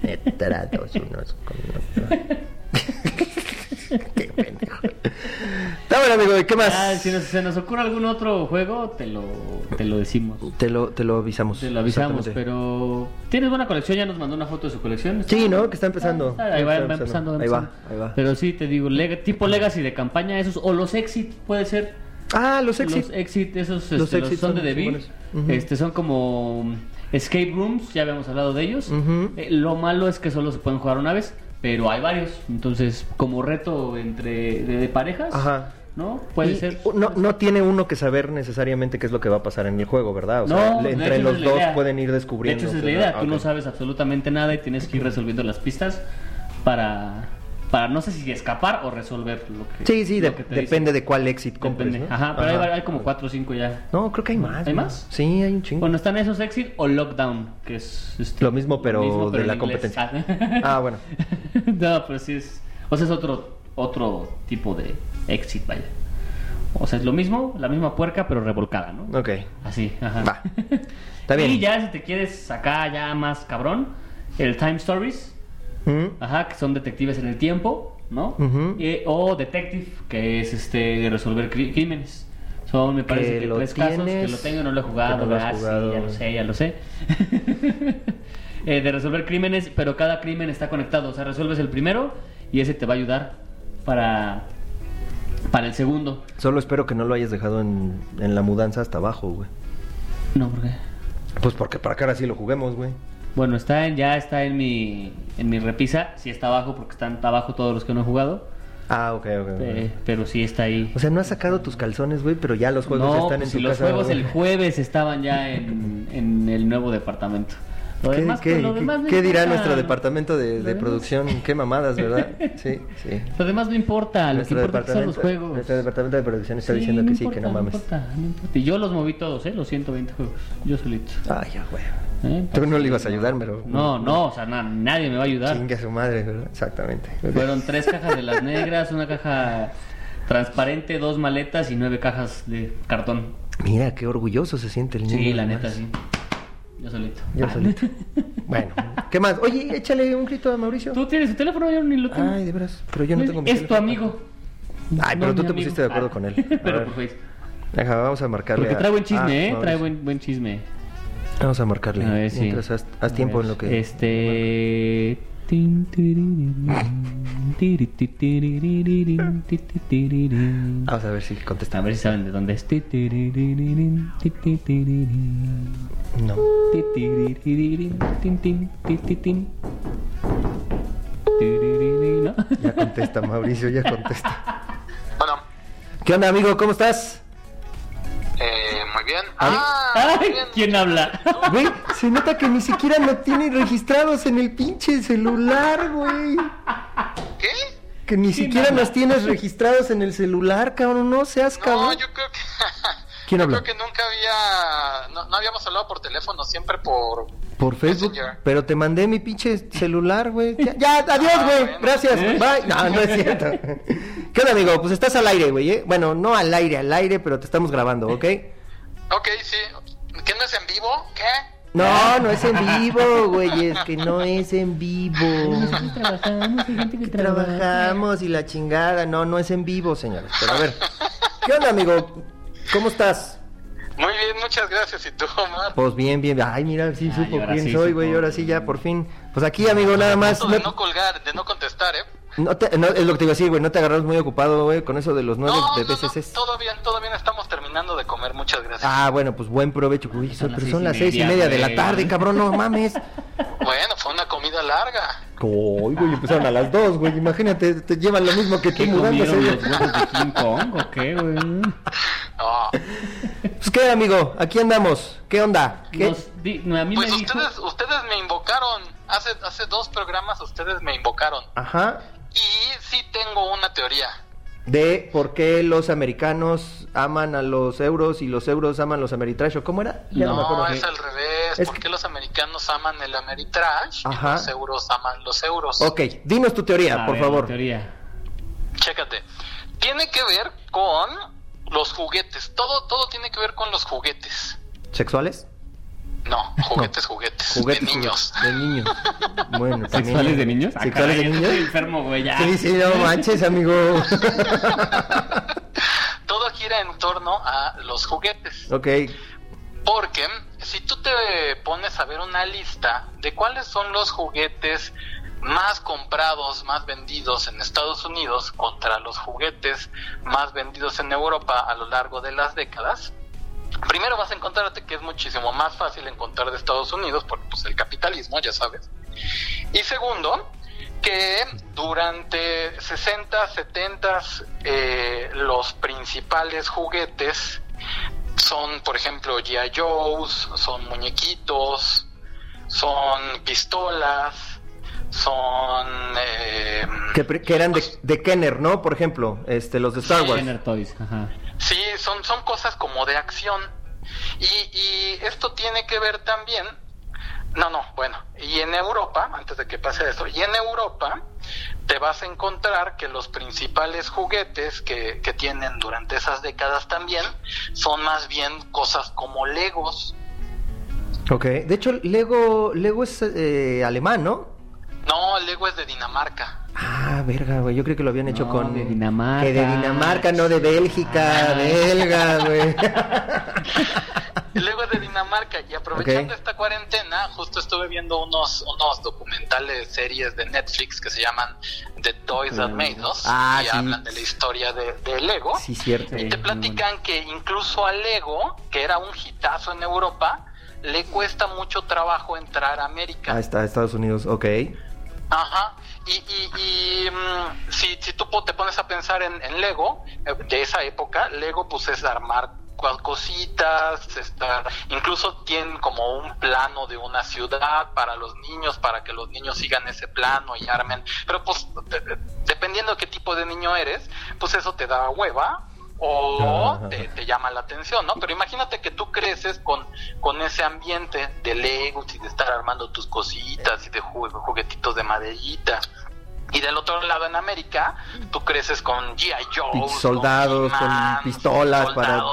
penetrados unos con otros. Qué pendejo. Está bueno, amigo, ¿y qué más?
Ah, si nos- se nos ocurre algún otro juego, te lo, te lo decimos.
Te lo te lo avisamos.
Te lo avisamos,
exactamente.
pero tienes buena colección, ya nos mandó una foto de su colección.
Sí, ¿no? Que está empezando.
Ah, ahí va,
Está
va empezando, va
Ahí va,
empezando.
ahí va.
Pero sí, te digo, lega- tipo legacy de campaña, esos, o los exit, puede ser.
Ah, los exit.
Los exit, esos
Los
este, los
exit
son,
son- son
de Devil.
buenos. Ujú.
este, son como escape rooms, ya habíamos hablado de ellos.
Ujú.
Eh, lo malo es que solo se pueden jugar una vez, pero hay varios. Entonces, como reto entre de, de parejas,
Ajá.
¿no? Puede
Y
ser.
No, no tiene uno que saber necesariamente qué es lo que va a pasar en el juego, ¿verdad? O sea,
No,
le-
de
entre
hecho, esa
los
es la
dos
idea.
pueden ir descubriendo.
De hecho, esa es la
¿verdad?
idea.
Ah,
Tú no
ok.
sabes absolutamente nada y tienes que ir resolviendo las pistas para, para no sé si escapar o resolver lo que
Sí, sí,
lo
de-
que te
depende
dicen.
de cuál exit compres.
Depende.
¿no?
Ajá, pero Hay, hay como cuatro o cinco ya.
No, creo que hay más.
¿Hay
güey.
más?
Sí, hay un chingo.
Bueno, están esos exit o lockdown, que es este,
Lo mismo, pero de
en
la
inglés.
competencia. Ah, bueno.
no, pero sí es. O sea, es otro, otro tipo de exit, vaya. O sea, es lo mismo, la misma puerca, pero revolcada, ¿no?
Ok.
Así, ajá.
Va. Está bien.
Y ya si te quieres sacar ya más cabrón, el Time Stories,
Mm,
ajá, que son detectives en el tiempo, ¿no?
Ujú.
Eh, o Detective, que es este de resolver crí- crímenes. Son, me parece
Que
que,
lo
tres casos, que
tienes,
lo tengo, no lo he
que
jugado,
no lo has
ah, sí,
jugado.
ya lo sé, ya lo sé. Eh, de resolver crímenes, pero cada crimen está conectado, o sea, resuelves el primero y ese te va a ayudar para, para el segundo.
Solo espero que no lo hayas dejado en, en la mudanza hasta abajo, güey.
No, porque...
Pues porque para que ahora sí lo juguemos, güey.
Bueno, está en, ya está en mi, en mi repisa. Sí está abajo porque están abajo todos los que no he jugado.
Ah, ok, ok. ok.
eh, pero sí está ahí.
O sea, no has sacado tus calzones, güey, pero ya los juegos
no,
están en
pues
tu
si los
casa.
juegos
güey.
el jueves estaban ya en, en el nuevo departamento. Lo
¿Qué,
demás,
qué-
pues, lo
qué-
demás no
qué dirá
importa.
nuestro departamento de, de
Lo demás-
producción? Qué mamadas, ¿verdad? Sí, sí.
Lo demás no importa, lo que
Nuestro
importa son los
departamento-
juegos.
Nuestro departamento de producción está
Sí,
diciendo
no
que sí,
importa,
que no mames.
importa, no importa. Y yo los moví todos, ¿eh? Los 120 juegos. Yo solito.
Ay, ya, güey.
¿eh?
Tú no le ibas a ayudar, pero.
No, no, o sea, na- nadie me va a ayudar.
Chingue a su madre, ¿verdad? Exactamente.
Fueron tres cajas de las negras, una caja transparente, dos maletas y nueve cajas de cartón.
Mira, qué orgulloso se siente el niño.
Sí, la
además.
neta, sí. Yo solito.
Yo
Ah.
solito. Bueno, ¿qué más? Oye, échale un grito a Mauricio.
¿Tú tienes tu teléfono? Yo ni lo tengo.
Ay, de veras. Pero yo no
Es-
tengo mi
Es tu
teléfono.
amigo.
Ay, pero
No,
tú te
mi amigo.
pusiste de acuerdo
Ah.
con él. A
pero
ver.
por Facebook.
Ajá, vamos a marcarle.
Porque
a-
trae buen chisme,
Ah,
¿eh? Trae
Mauricio.
buen, buen chisme.
Vamos a marcarle.
A ver si.
Mientras haz, haz
A
tiempo
ver,
en lo que.
Este. Tin, tiriririn,
Ah.
tiritiririn, tiritiririn.
Vamos a ver si contesta.
A ver si saben de dónde es. Titiriririn, titiriririn,
No.
titiriririn, tin, tin, ti, ti, tin. Tiriririn, ¿no?
Ya contesta, Mauricio, ya contesta.
Bueno,
¿Qué onda, amigo? ¿Cómo estás?
eh, muy bien.
Ay.
Ah, muy
Ay,
bien.
¿Quién habla?
Güey, se nota que ni siquiera lo tienen registrados en el pinche celular, güey.
¿Qué?
Que ni
¿Quién
siquiera
habla?
los tienes registrados en el celular, cabrón. No seas
No,
cabrón.
yo creo que.
¿Quién
yo
habla?
Creo que nunca había. No, no habíamos hablado por teléfono, siempre por.
Por Facebook.
Messenger.
Pero te mandé mi pinche celular, güey. Ya, ya, adiós,
Ah,
güey.
bueno.
Gracias.
¿Eh?
Bye. No, no es cierto. ¿Qué onda, amigo? Pues estás al aire, güey. ¿eh? Bueno, no al aire, al aire, pero te estamos grabando, ¿ok?
Ok, sí. ¿Qué no es en vivo? ¿Qué?
No, no es en vivo, güey. Es que no es en vivo.
Nosotros trabajamos, hay gente que trabaja.
Trabajamos y la chingada. No, no es en vivo, señores. Pero a ver. ¿Qué onda, amigo? ¿Cómo estás?
Muy bien, muchas gracias. ¿Y tú, Omar?
Pues bien, bien. Ay, mira, sí
Ay,
supo
ahora
quién
sí
soy,
supo.
güey. Ahora sí, ya, por fin. Pues aquí, amigo, nada más.
Eso de no colgar, de no contestar, ¿eh?
No te- no, es lo que te iba a decir, güey. No te agarras muy ocupado, güey, con eso de los nueve
No,
de
no, no,
BCCs.
todo bien, todo bien. Estamos terminando de comer, muchas gracias.
Ah, bueno, pues buen provecho. Uy, son,
las
pero
seis
son
y
las seis y
media,
media de la
güey.
tarde, cabrón. No mames.
Bueno, fue una comida larga.
Uy, güey, empezaron a las dos, güey. Imagínate, te llevan lo mismo que tú
¿Qué
mudándose.
comieron
güey.
los huevos de King Kong o qué, güey?
No.
Pues qué, amigo, aquí andamos. ¿Qué onda? ¿Qué?
Nos di- no, a mí
Pues
me dijo...
ustedes, ustedes me invocaron. Hace, hace dos programas ustedes me invocaron.
Ajá.
Y sí tengo una teoría.
Ah, De por qué los americanos aman a los euros y los euros aman a los ameritrash. ¿o ¿Cómo era? Ya no,
No,
me acuerdo.
es al revés.
Es
¿Por
que-
qué los americanos aman el Ameritrash
Ajá.
y los euros aman los euros?
Ok, dinos tu teoría,
A
por
ver,
favor.
Teoría.
Chécate. Tiene que ver con los juguetes. Todo, todo tiene que ver con los juguetes.
¿Sexuales?
No, juguetes, juguetes.
Juguetes.
de niños.
juguetes, De niños. Bueno, también.
¿Sexuales de niños? Ah,
¿Sexuales de
caray, yo
niños?
Estoy enfermo, güey, ya.
Sí, sí, no manches, amigo.
Todo gira en torno a los juguetes.
ok,
Porque si tú te pones a ver una lista de cuáles son los juguetes más comprados, más vendidos en Estados Unidos contra los juguetes más vendidos en Europa a lo largo de las décadas, primero vas a encontrarte que es muchísimo más fácil encontrar de Estados Unidos por pues, el capitalismo, ya sabes. Y segundo, que durante 60, 70 eh, los principales juguetes son, por ejemplo, G.I. Joes, son muñequitos, son pistolas, son... eh,
Que, pre- que eran de, de Kenner, ¿no? Por ejemplo, este, los de Star Wars.
Kenner Toys, ajá.
Sí, son, son cosas como de acción. Y, y esto tiene que ver también, no, no, bueno, y en Europa, antes de que pase eso, y en Europa te vas a encontrar que los principales juguetes que, que tienen durante esas décadas también son más bien cosas como Legos.
Ok. De hecho, Lego, Lego es eh, alemán, ¿no?
No, Lego es de Dinamarca.
Ah, verga, güey. Yo creo que lo habían hecho
No,
con.
de Dinamarca.
Que de Dinamarca, no de Bélgica,
Ah.
belga, güey.
Lego es de Dinamarca y aprovechando
Ok.
esta cuarentena, justo estuve viendo unos, unos documentales, series de Netflix que se llaman The Toys That Made Us
Ah,
y
sí.
hablan de la historia de, de Lego.
sí, cierto.
Y
Sí,
te
muy
platican que incluso a Lego, que era un hitazo en Europa, le cuesta mucho trabajo entrar a América.
Ah, está, Estados Unidos, ok.
Ajá. Y, y- y, mm, si, si tú po- te pones a pensar en, en Lego, eh, de esa época, Lego pues es armar cual- cositas, estar, incluso tienen como un plano de una ciudad para los niños, para que los niños sigan ese plano y armen, pero pues de- de- dependiendo de qué tipo de niño eres, pues eso te da hueva o
Ajá.
te, te llama la atención, ¿no? Pero imagínate que tú creces con, con ese ambiente de Legos y de estar armando tus cositas y de ju- juguetitos de maderita. Y del otro lado en América, tú creces con G.I. Joe,
Y soldados con pistolas para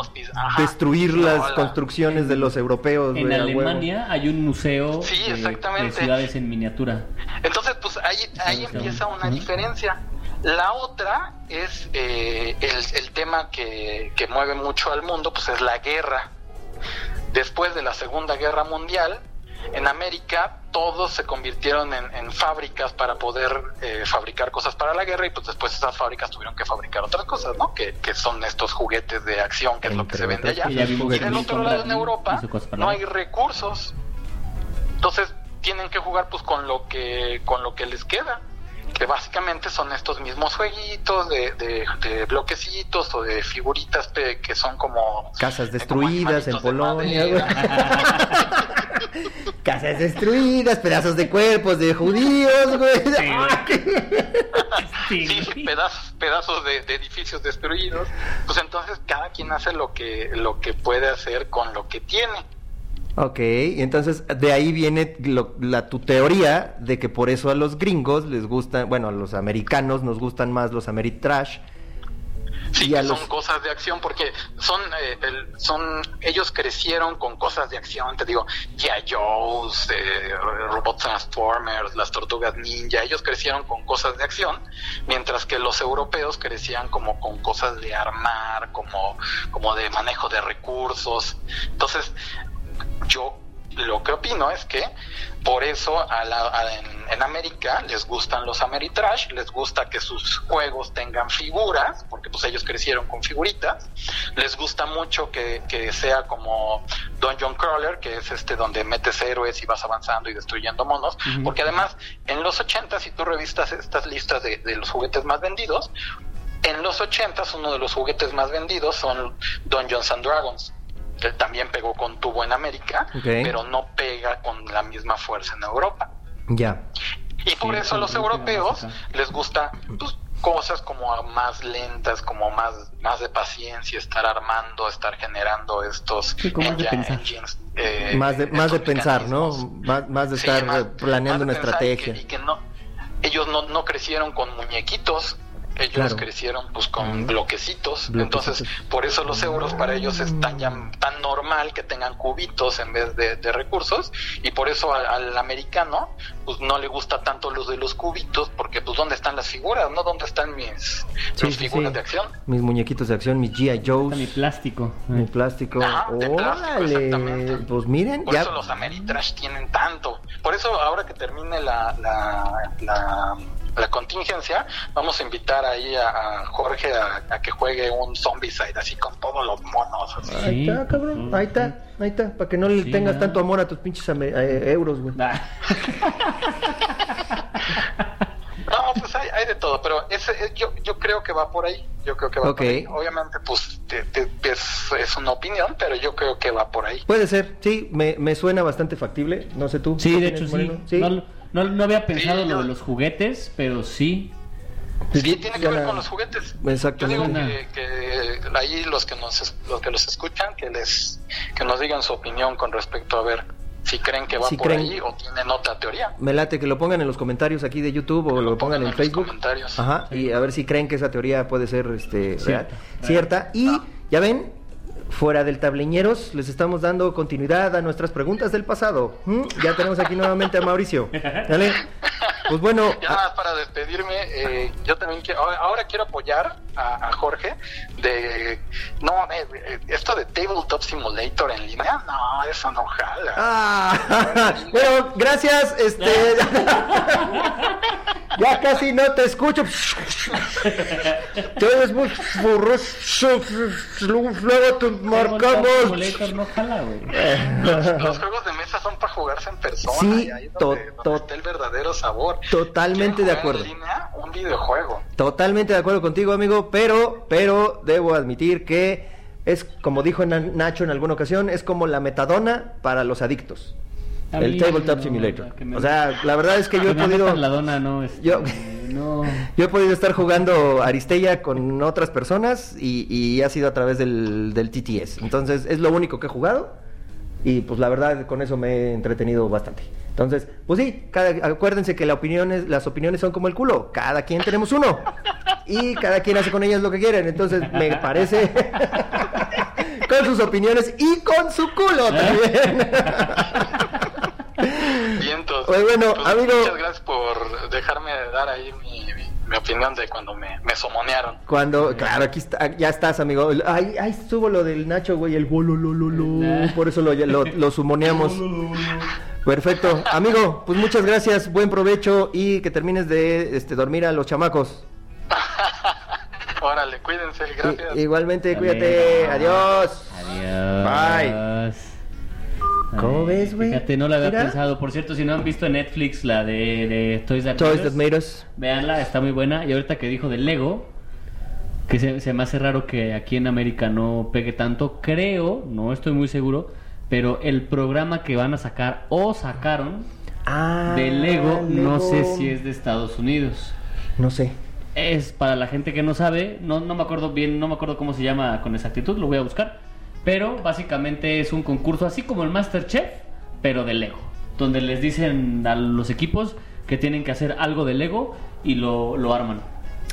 destruir las construcciones de los europeos,
En
güey, a Pues huevo.
Alemania hay un museo
Sí,
de- de,
exactamente.
ciudades en miniatura.
Entonces, pues ahí, ahí
Ujú.
empieza una
Ujú.
diferencia. La otra es eh, el, el tema que, que mueve mucho al mundo, pues es la guerra. Después de la Segunda Guerra Mundial, en América todos se convirtieron en, en fábricas para poder eh, fabricar cosas para la guerra y pues después esas fábricas tuvieron que fabricar otras cosas, ¿no? Que, que son estos juguetes de acción, que es lo que
Entre
se vende
otras
allá.
Y ya vimos
Y
que
del otro
Milton
lado en
Bradley
Europa
hizo cosas para
no
la
hay recursos. Entonces tienen que jugar pues con lo que con lo que les queda, que básicamente son estos mismos jueguitos de, de- de bloquecitos o de figuritas pe- que son como
Casas
como
destruidas en
animalitos de
Polonia, güey.
madera.
Casas destruidas, pedazos de cuerpos de judíos, güey. Ah, qué-
Sí, sí, pedazos, pedazos de, de edificios destruidos. Pues entonces cada quien hace lo que lo que puede hacer con lo que tiene.
ok, y entonces de ahí viene lo- la, tu teoría de que por eso a los gringos les gustan, bueno, a los americanos nos gustan más los Ameritrash.
Sí,
Y a
que
los-
son cosas de acción porque son, eh, el- son ellos crecieron con cosas de acción, te digo, G.I. Joe's, eh, Robot Transformers, las Tortugas Ninja, ellos crecieron con cosas de acción, mientras que los europeos crecían como con cosas de armar, como, como de manejo de recursos. Entonces, yo lo que opino es que por eso a la- a- en, en América les gustan los Ameritrash, les gusta que sus juegos tengan figuras, porque pues ellos crecieron con figuritas, les gusta mucho que, que sea como Dungeon Crawler, que es este donde metes héroes y vas avanzando y destruyendo monos,
Ujú.
porque además en los 80 si tú revistas estas listas de, de los juguetes más vendidos, en los 80 uno de los juguetes más vendidos son Dungeons and Dragons, que también pegó con tubo en América,
Ok.
pero no pega con la misma fuerza en Europa.
Ya.
Y por
Sí,
eso a los
creo que vamos
europeos
acá.
les gusta pues, cosas como más lentas, como más, más de paciencia, estar armando, estar generando estos
Sí, como más de
engi-
pensar.
engines, eh,
más de, más de
estos
pensar, ¿no?
mecanismos.
Más, más de
Sí,
estar
más-
eh, planeando
más de
una
pensar y que-
estrategia.
Y que, no, ellos no, no crecieron con muñequitos, ellos
Claro.
crecieron pues con
Ujú.
bloquecitos.
Bloquecitos.
Entonces, por eso los euros para ellos es tan, ya- tan normal que tengan cubitos en vez de, de recursos. Y por eso al, al americano pues no le gusta tanto los de los cubitos, porque pues dónde están las figuras, ¿no? ¿Dónde están mis,
Sí,
mis
sí,
figuras
sí.
de acción?
Mis muñequitos de acción, mis G.I.
Está mi
Joe's,
plástico.
mi plástico.
Ajá, Ah, de plástico,
¡Órale!
exactamente.
Pues miren,
Por
ya.
eso los Ameritrash tienen tanto. Por eso ahora que termine la, la, la, la contingencia, vamos a invitar ahí a, a Jorge a, a que juegue un Zombicide, así con todos los monos. así.
Ahí
Sí,
está, cabrón.
pues,
Ahí está, ahí está. Para que no le
Sí,
tengas
ya.
tanto amor a tus pinches ame- eh, euros, güey.
Ah,
No, pues hay, hay de todo, pero ese, eh, yo, yo creo que va por ahí. Yo creo que va
Ok.
por ahí. Obviamente, pues te- te- es, es una opinión, pero yo creo que va por ahí.
Puede ser, sí, me, me suena bastante factible. No sé tú.
Sí,
¿Qué
de
opinas,
hecho sí.
Moreno?
No, lo- No, no había pensado
Sí,
lo
yo-
de los juguetes, pero sí.
Pues
Sí,
bien,
tiene que ver
suena-
con los juguetes.
Exactamente.
Yo digo que, que ahí los que nos es- los que los escuchan que les que nos digan su opinión con respecto a ver si creen que va
Si
por
creen-
ahí o tienen otra teoría.
Me late que lo pongan en los comentarios aquí de YouTube o lo pongan en
los
Facebook.
comentarios.
Ajá, y a ver si creen que esa teoría puede ser este, real,
Cierta.
cierta. Y
Ah.
ya ven, fuera del tableñeros, les estamos dando continuidad a nuestras preguntas del pasado. ¿Mm? Ya tenemos aquí nuevamente a Mauricio. ¿Dale? Pues bueno,
Ya nada
a-
más para despedirme, eh, yo también quiero, ahora- ahora quiero apoyar a, a Jorge de, no, eh, eh, esto de Tabletop Simulator en línea, no, eso no jala.
Ah, bueno, gracias, este... ya casi no te escucho. Tú eres muy burroso, luego te marcamos.
Simulator no jala, güey.
Los juegos de mesa son para jugarse en persona.
Sí,
y ahí es
to-
donde- donde
to-
está el verdadero sabor.
Totalmente
¿Quieren
de
jugar
acuerdo.
En línea, un videojuego.
Totalmente de acuerdo contigo, amigo, pero, pero debo admitir que es, como dijo Na- Nacho en alguna ocasión, es como la metadona para los adictos.
A
el
mí
Tabletop
no,
Simulator.
que me-
O sea, la verdad es que yo he
Que me metan
podido...
La dona, no, este,
Yo-
no.
Yo he podido estar jugando Aristella con otras personas y, y ha sido a través del, del TTS. Entonces, es lo único que he jugado y pues la verdad con eso me he entretenido bastante. Entonces, pues sí, cada- acuérdense que la opinión es- las opiniones son como el culo. Cada quien tenemos uno y cada quien hace con ellas lo que quieren. Entonces, me parece... con sus opiniones y con su culo también.
Vientos.
Pues bueno, amigo-
Muchas gracias por dejarme dar ahí mi, mi- mi opinión de cuando me, me somonearon.
Cuando, claro, aquí está, ya estás, amigo. El- Ahí, ahí estuvo lo del Nacho, güey, el bololololo. Por eso lo, lo, lo sumoneamos. Perfecto. Amigo, pues muchas gracias, buen provecho y que termines de este, dormir a los chamacos.
Órale, cuídense, gracias.
I- igualmente, cuídate.
Dale.
Adiós.
Adiós. Bye.
¿Cómo ves, güey?
Fíjate, no la había
Mira.
pensado. Por cierto, si no han visto en Netflix la de, de Toys That
Toys
Made
that
Us,
made us.
Veanla, está muy buena. Y ahorita que dijo del Lego, que se, se me hace raro que aquí en América no pegue tanto. Creo, no estoy muy seguro, pero el programa que van a sacar o sacaron
Ah,
de Lego, no sé si es de Estados Unidos.
No sé.
Es para la gente que no sabe, no, no me acuerdo bien, no me acuerdo cómo se llama con exactitud, lo voy a buscar. Pero básicamente es un concurso así como el Masterchef, pero de Lego. Donde les dicen a los equipos que tienen que hacer algo de Lego y lo, lo arman.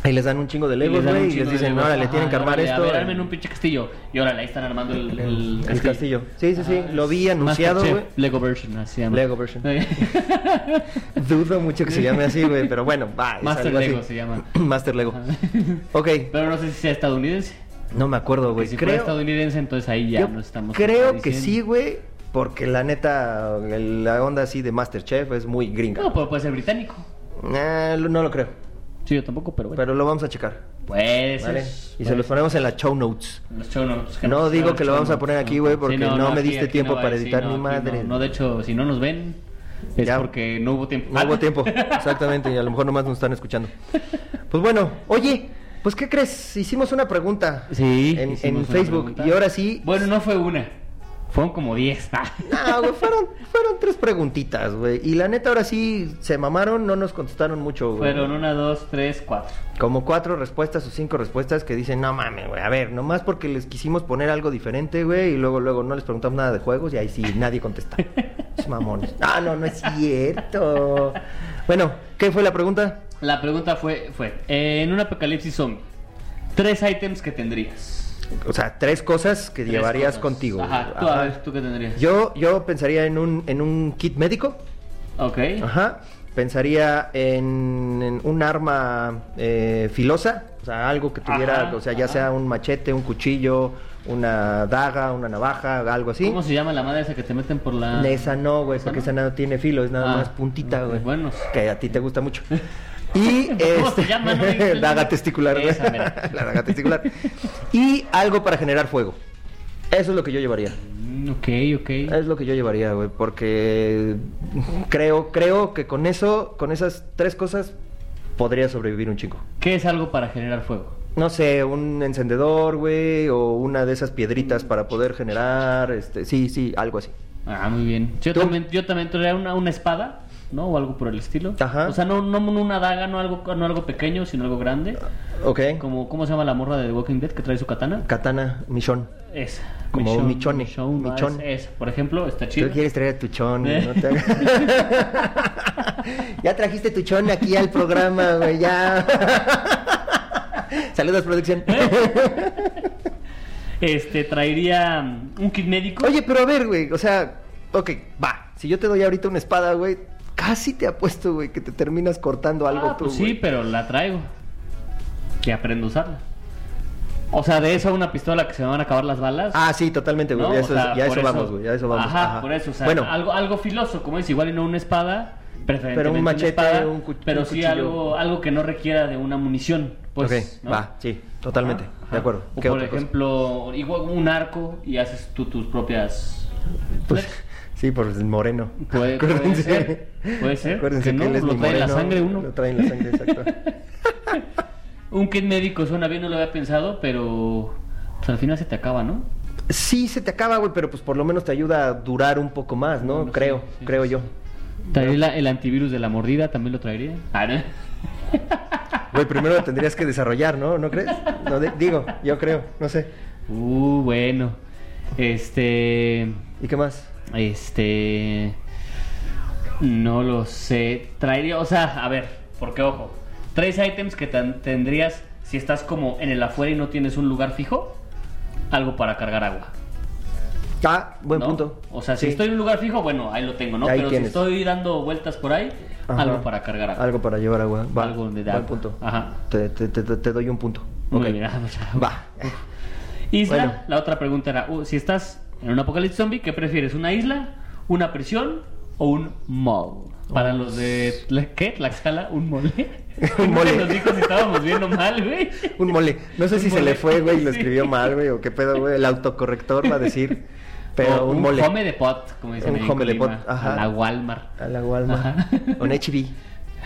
Ahí les dan un chingo de
Y
Legos,
dan un
güey, y
chingo
les
de
dicen,
Legos.
ahora le
Ajá,
tienen que armar
órale, a
esto.
ver, armen un pinche castillo. Y órale, ahí están armando el, el
El- el
castillo.
castillo. Sí, sí, sí, lo vi anunciado,
Masterchef,
güey.
Lego version, así se llama.
Lego version. Dudo mucho que se llame así, güey, pero bueno, va. es
Master
algo así.
Lego se llama.
Master Lego. Ok,
Pero no sé si sea estadounidense.
no me acuerdo,
Porque
güey.
Pues si fuera
creo
estadounidense, entonces ahí ya
yo
no estamos.
creo que sí,
contradiciendo.
güey, porque la neta, el- la onda así de Masterchef es muy gringa.
No, pero puede ser británico.
Eh, lo- no lo creo,
Sí, yo tampoco, pero bueno.
pero lo vamos a checar.
pues.
¿vale?
es-
Y se los ponemos en las show notes.
Los show notes, que
No
nos-
digo
los
que lo
show
vamos a
notes,
poner aquí, güey, porque no me diste tiempo
va,
para editar ni
aquí
madre.
No, No, de hecho, si no nos ven, es
Ya.
porque no hubo tiempo. Ah.
No hubo tiempo, exactamente, y a lo mejor nomás nos están escuchando. Pues bueno, oye, pues ¿qué crees? Hicimos una pregunta
Sí.
en,
hicimos
en
una
Facebook
pregunta.
y ahora sí...
Bueno, no fue una. Fueron como 10.
No, güey, fueron, fueron tres preguntitas, güey. Y la neta, ahora sí se mamaron, no nos contestaron mucho, güey.
Fueron una, dos, tres, cuatro.
Como cuatro respuestas o cinco respuestas que dicen, no mames, güey. A ver, nomás porque les quisimos poner algo diferente, güey. Y luego, luego no les preguntamos nada de juegos y ahí sí nadie contesta. Es mamones. Ah, no, no es cierto. Bueno, ¿qué fue la pregunta?
La pregunta fue, fue eh, en un apocalipsis zombie, tres ítems que tendrías.
O sea, tres cosas que
Tres
llevarías
cosas.
contigo.
Ajá,
güey.
tú a
Ajá.
ver, ¿tú qué tendrías?
Yo, yo pensaría en un, en un kit médico.
Ok.
Ajá. Pensaría en, en un arma eh, filosa, o sea, algo que tuviera,
Ajá,
o sea, ya
ajá.
sea un machete, un cuchillo, una daga, una navaja, algo así.
¿Cómo se llama la madre esa que te meten por la...?
Esa no, güey, porque esa no tiene filo, es nada
Ah,
más puntita,
ok,
güey.
bueno.
Que a ti te gusta mucho. Y
¿Cómo
este,
se llama? No me digas el
daga
nombre.
testicular, güey.
Esa, mira.
La daga testicular. Y algo para generar fuego. Eso es lo que yo llevaría.
Mm, Ok, ok.
Es lo que yo llevaría, güey, porque creo, creo que con eso, con esas tres cosas, podría sobrevivir un chico.
¿Qué es algo para generar fuego?
No sé, un encendedor, güey, o una de esas piedritas para poder generar, este, sí, sí, algo así.
Ah, muy bien. Yo
¿Tú?
también, yo también traería una, una espada ¿no? O algo por el estilo.
Ajá.
O sea, no, no una daga, no algo, no algo pequeño, sino algo grande.
Ok.
Como, ¿Cómo se llama la morra de The Walking Dead que trae su katana?
Katana, Michon.
Esa.
Como
Michonne,
Michonne,
Michonne, no,
Michonne.
es- esa, por ejemplo, está
Tú
chido.
quieres traer a tu chon, güey,
Eh.
no te hagas- ya trajiste tu chon aquí al programa, güey, ya. Saludos, producción.
Este, traería mm, un kit médico.
Oye, pero a ver, güey, o sea, ok, va. Si yo te doy ahorita una espada, güey, casi te apuesto, güey, que te terminas cortando algo
Ah,
tú,
pues sí,
güey.
pero la traigo. Y aprendo a usarla. O sea, de eso a una pistola que se me van a acabar las balas.
Ah, sí, totalmente, güey.
¿no?
ya
O
eso,
sea,
ya
por
eso vamos, güey, ya eso vamos.
Ajá, por eso, o sea,
bueno,
algo, algo filoso, como es, igual y no una espada, preferentemente
Pero un
una
machete,
espada,
un cuch-
pero
un
sí
cuchillo.
algo, algo que no requiera de una munición, pues,
ok,
¿no?
va, sí, totalmente,
Ajá, ajá.
de acuerdo.
O
¿Qué
por
otra cosa?
ejemplo, igual un arco y haces tú tus propias...
Pues, sí, por el moreno.
Puede- puede ser, puede ser,
Acuérdense
que
que,
no,
él es
lo
mi
trae en la
moreno,
sangre uno.
Lo trae en la sangre, exacto.
Un kit médico suena bien, no lo había pensado, pero pues, al final se te acaba, ¿no?
sí, se te acaba, güey, pero pues por lo menos te ayuda a durar un poco más, ¿no?
Bueno, sí,
creo,
sí,
creo
sí.
yo.
Traería la- el antivirus de la mordida, también lo traería. Ah, ¿no?
Güey, primero lo tendrías que desarrollar, ¿no? ¿No crees? No, de- digo, yo creo, no sé.
Uh, bueno. Este.
¿Y qué más?
Este. No lo sé. Traería, o sea, a ver, porque ojo. Tres ítems que tan- tendrías si estás como en el afuera y no tienes un lugar fijo. Algo para cargar agua.
Ah, buen
¿no?
punto.
O sea,
Sí.
si estoy en un lugar fijo, bueno, ahí lo tengo, ¿no?
Ahí
Pero
tienes.
si estoy dando vueltas por ahí,
Ajá.
algo para cargar agua.
Algo para llevar agua. Va,
Algo de
buen
agua.
punto.
Ajá.
Te, te- te- te doy un punto.
Muy
Ok.
bien, ah, muchas gracias.
Va.
Isla,
Bueno.
la otra pregunta era, uh, si estás en un apocalipsis zombie, ¿qué prefieres? ¿Una isla, una prisión o un mall? Para los de... Tla- ¿Qué? ¿Tlaxcala? ¿Un mole?
Oh. Un mole.
Nos dijo si estábamos viendo mal, güey.
Un mole. No sé
Un
si se
mole.
le fue, güey, y lo
Sí.
escribió mal, güey, o qué pedo, güey. El autocorrector va a decir. Pero
O
un, mole.
home de pot, como dicen
Un
ahí en
home de
Colima,
pot, ajá.
a la Walmart.
A la Walmart.
Ajá.
Un HB.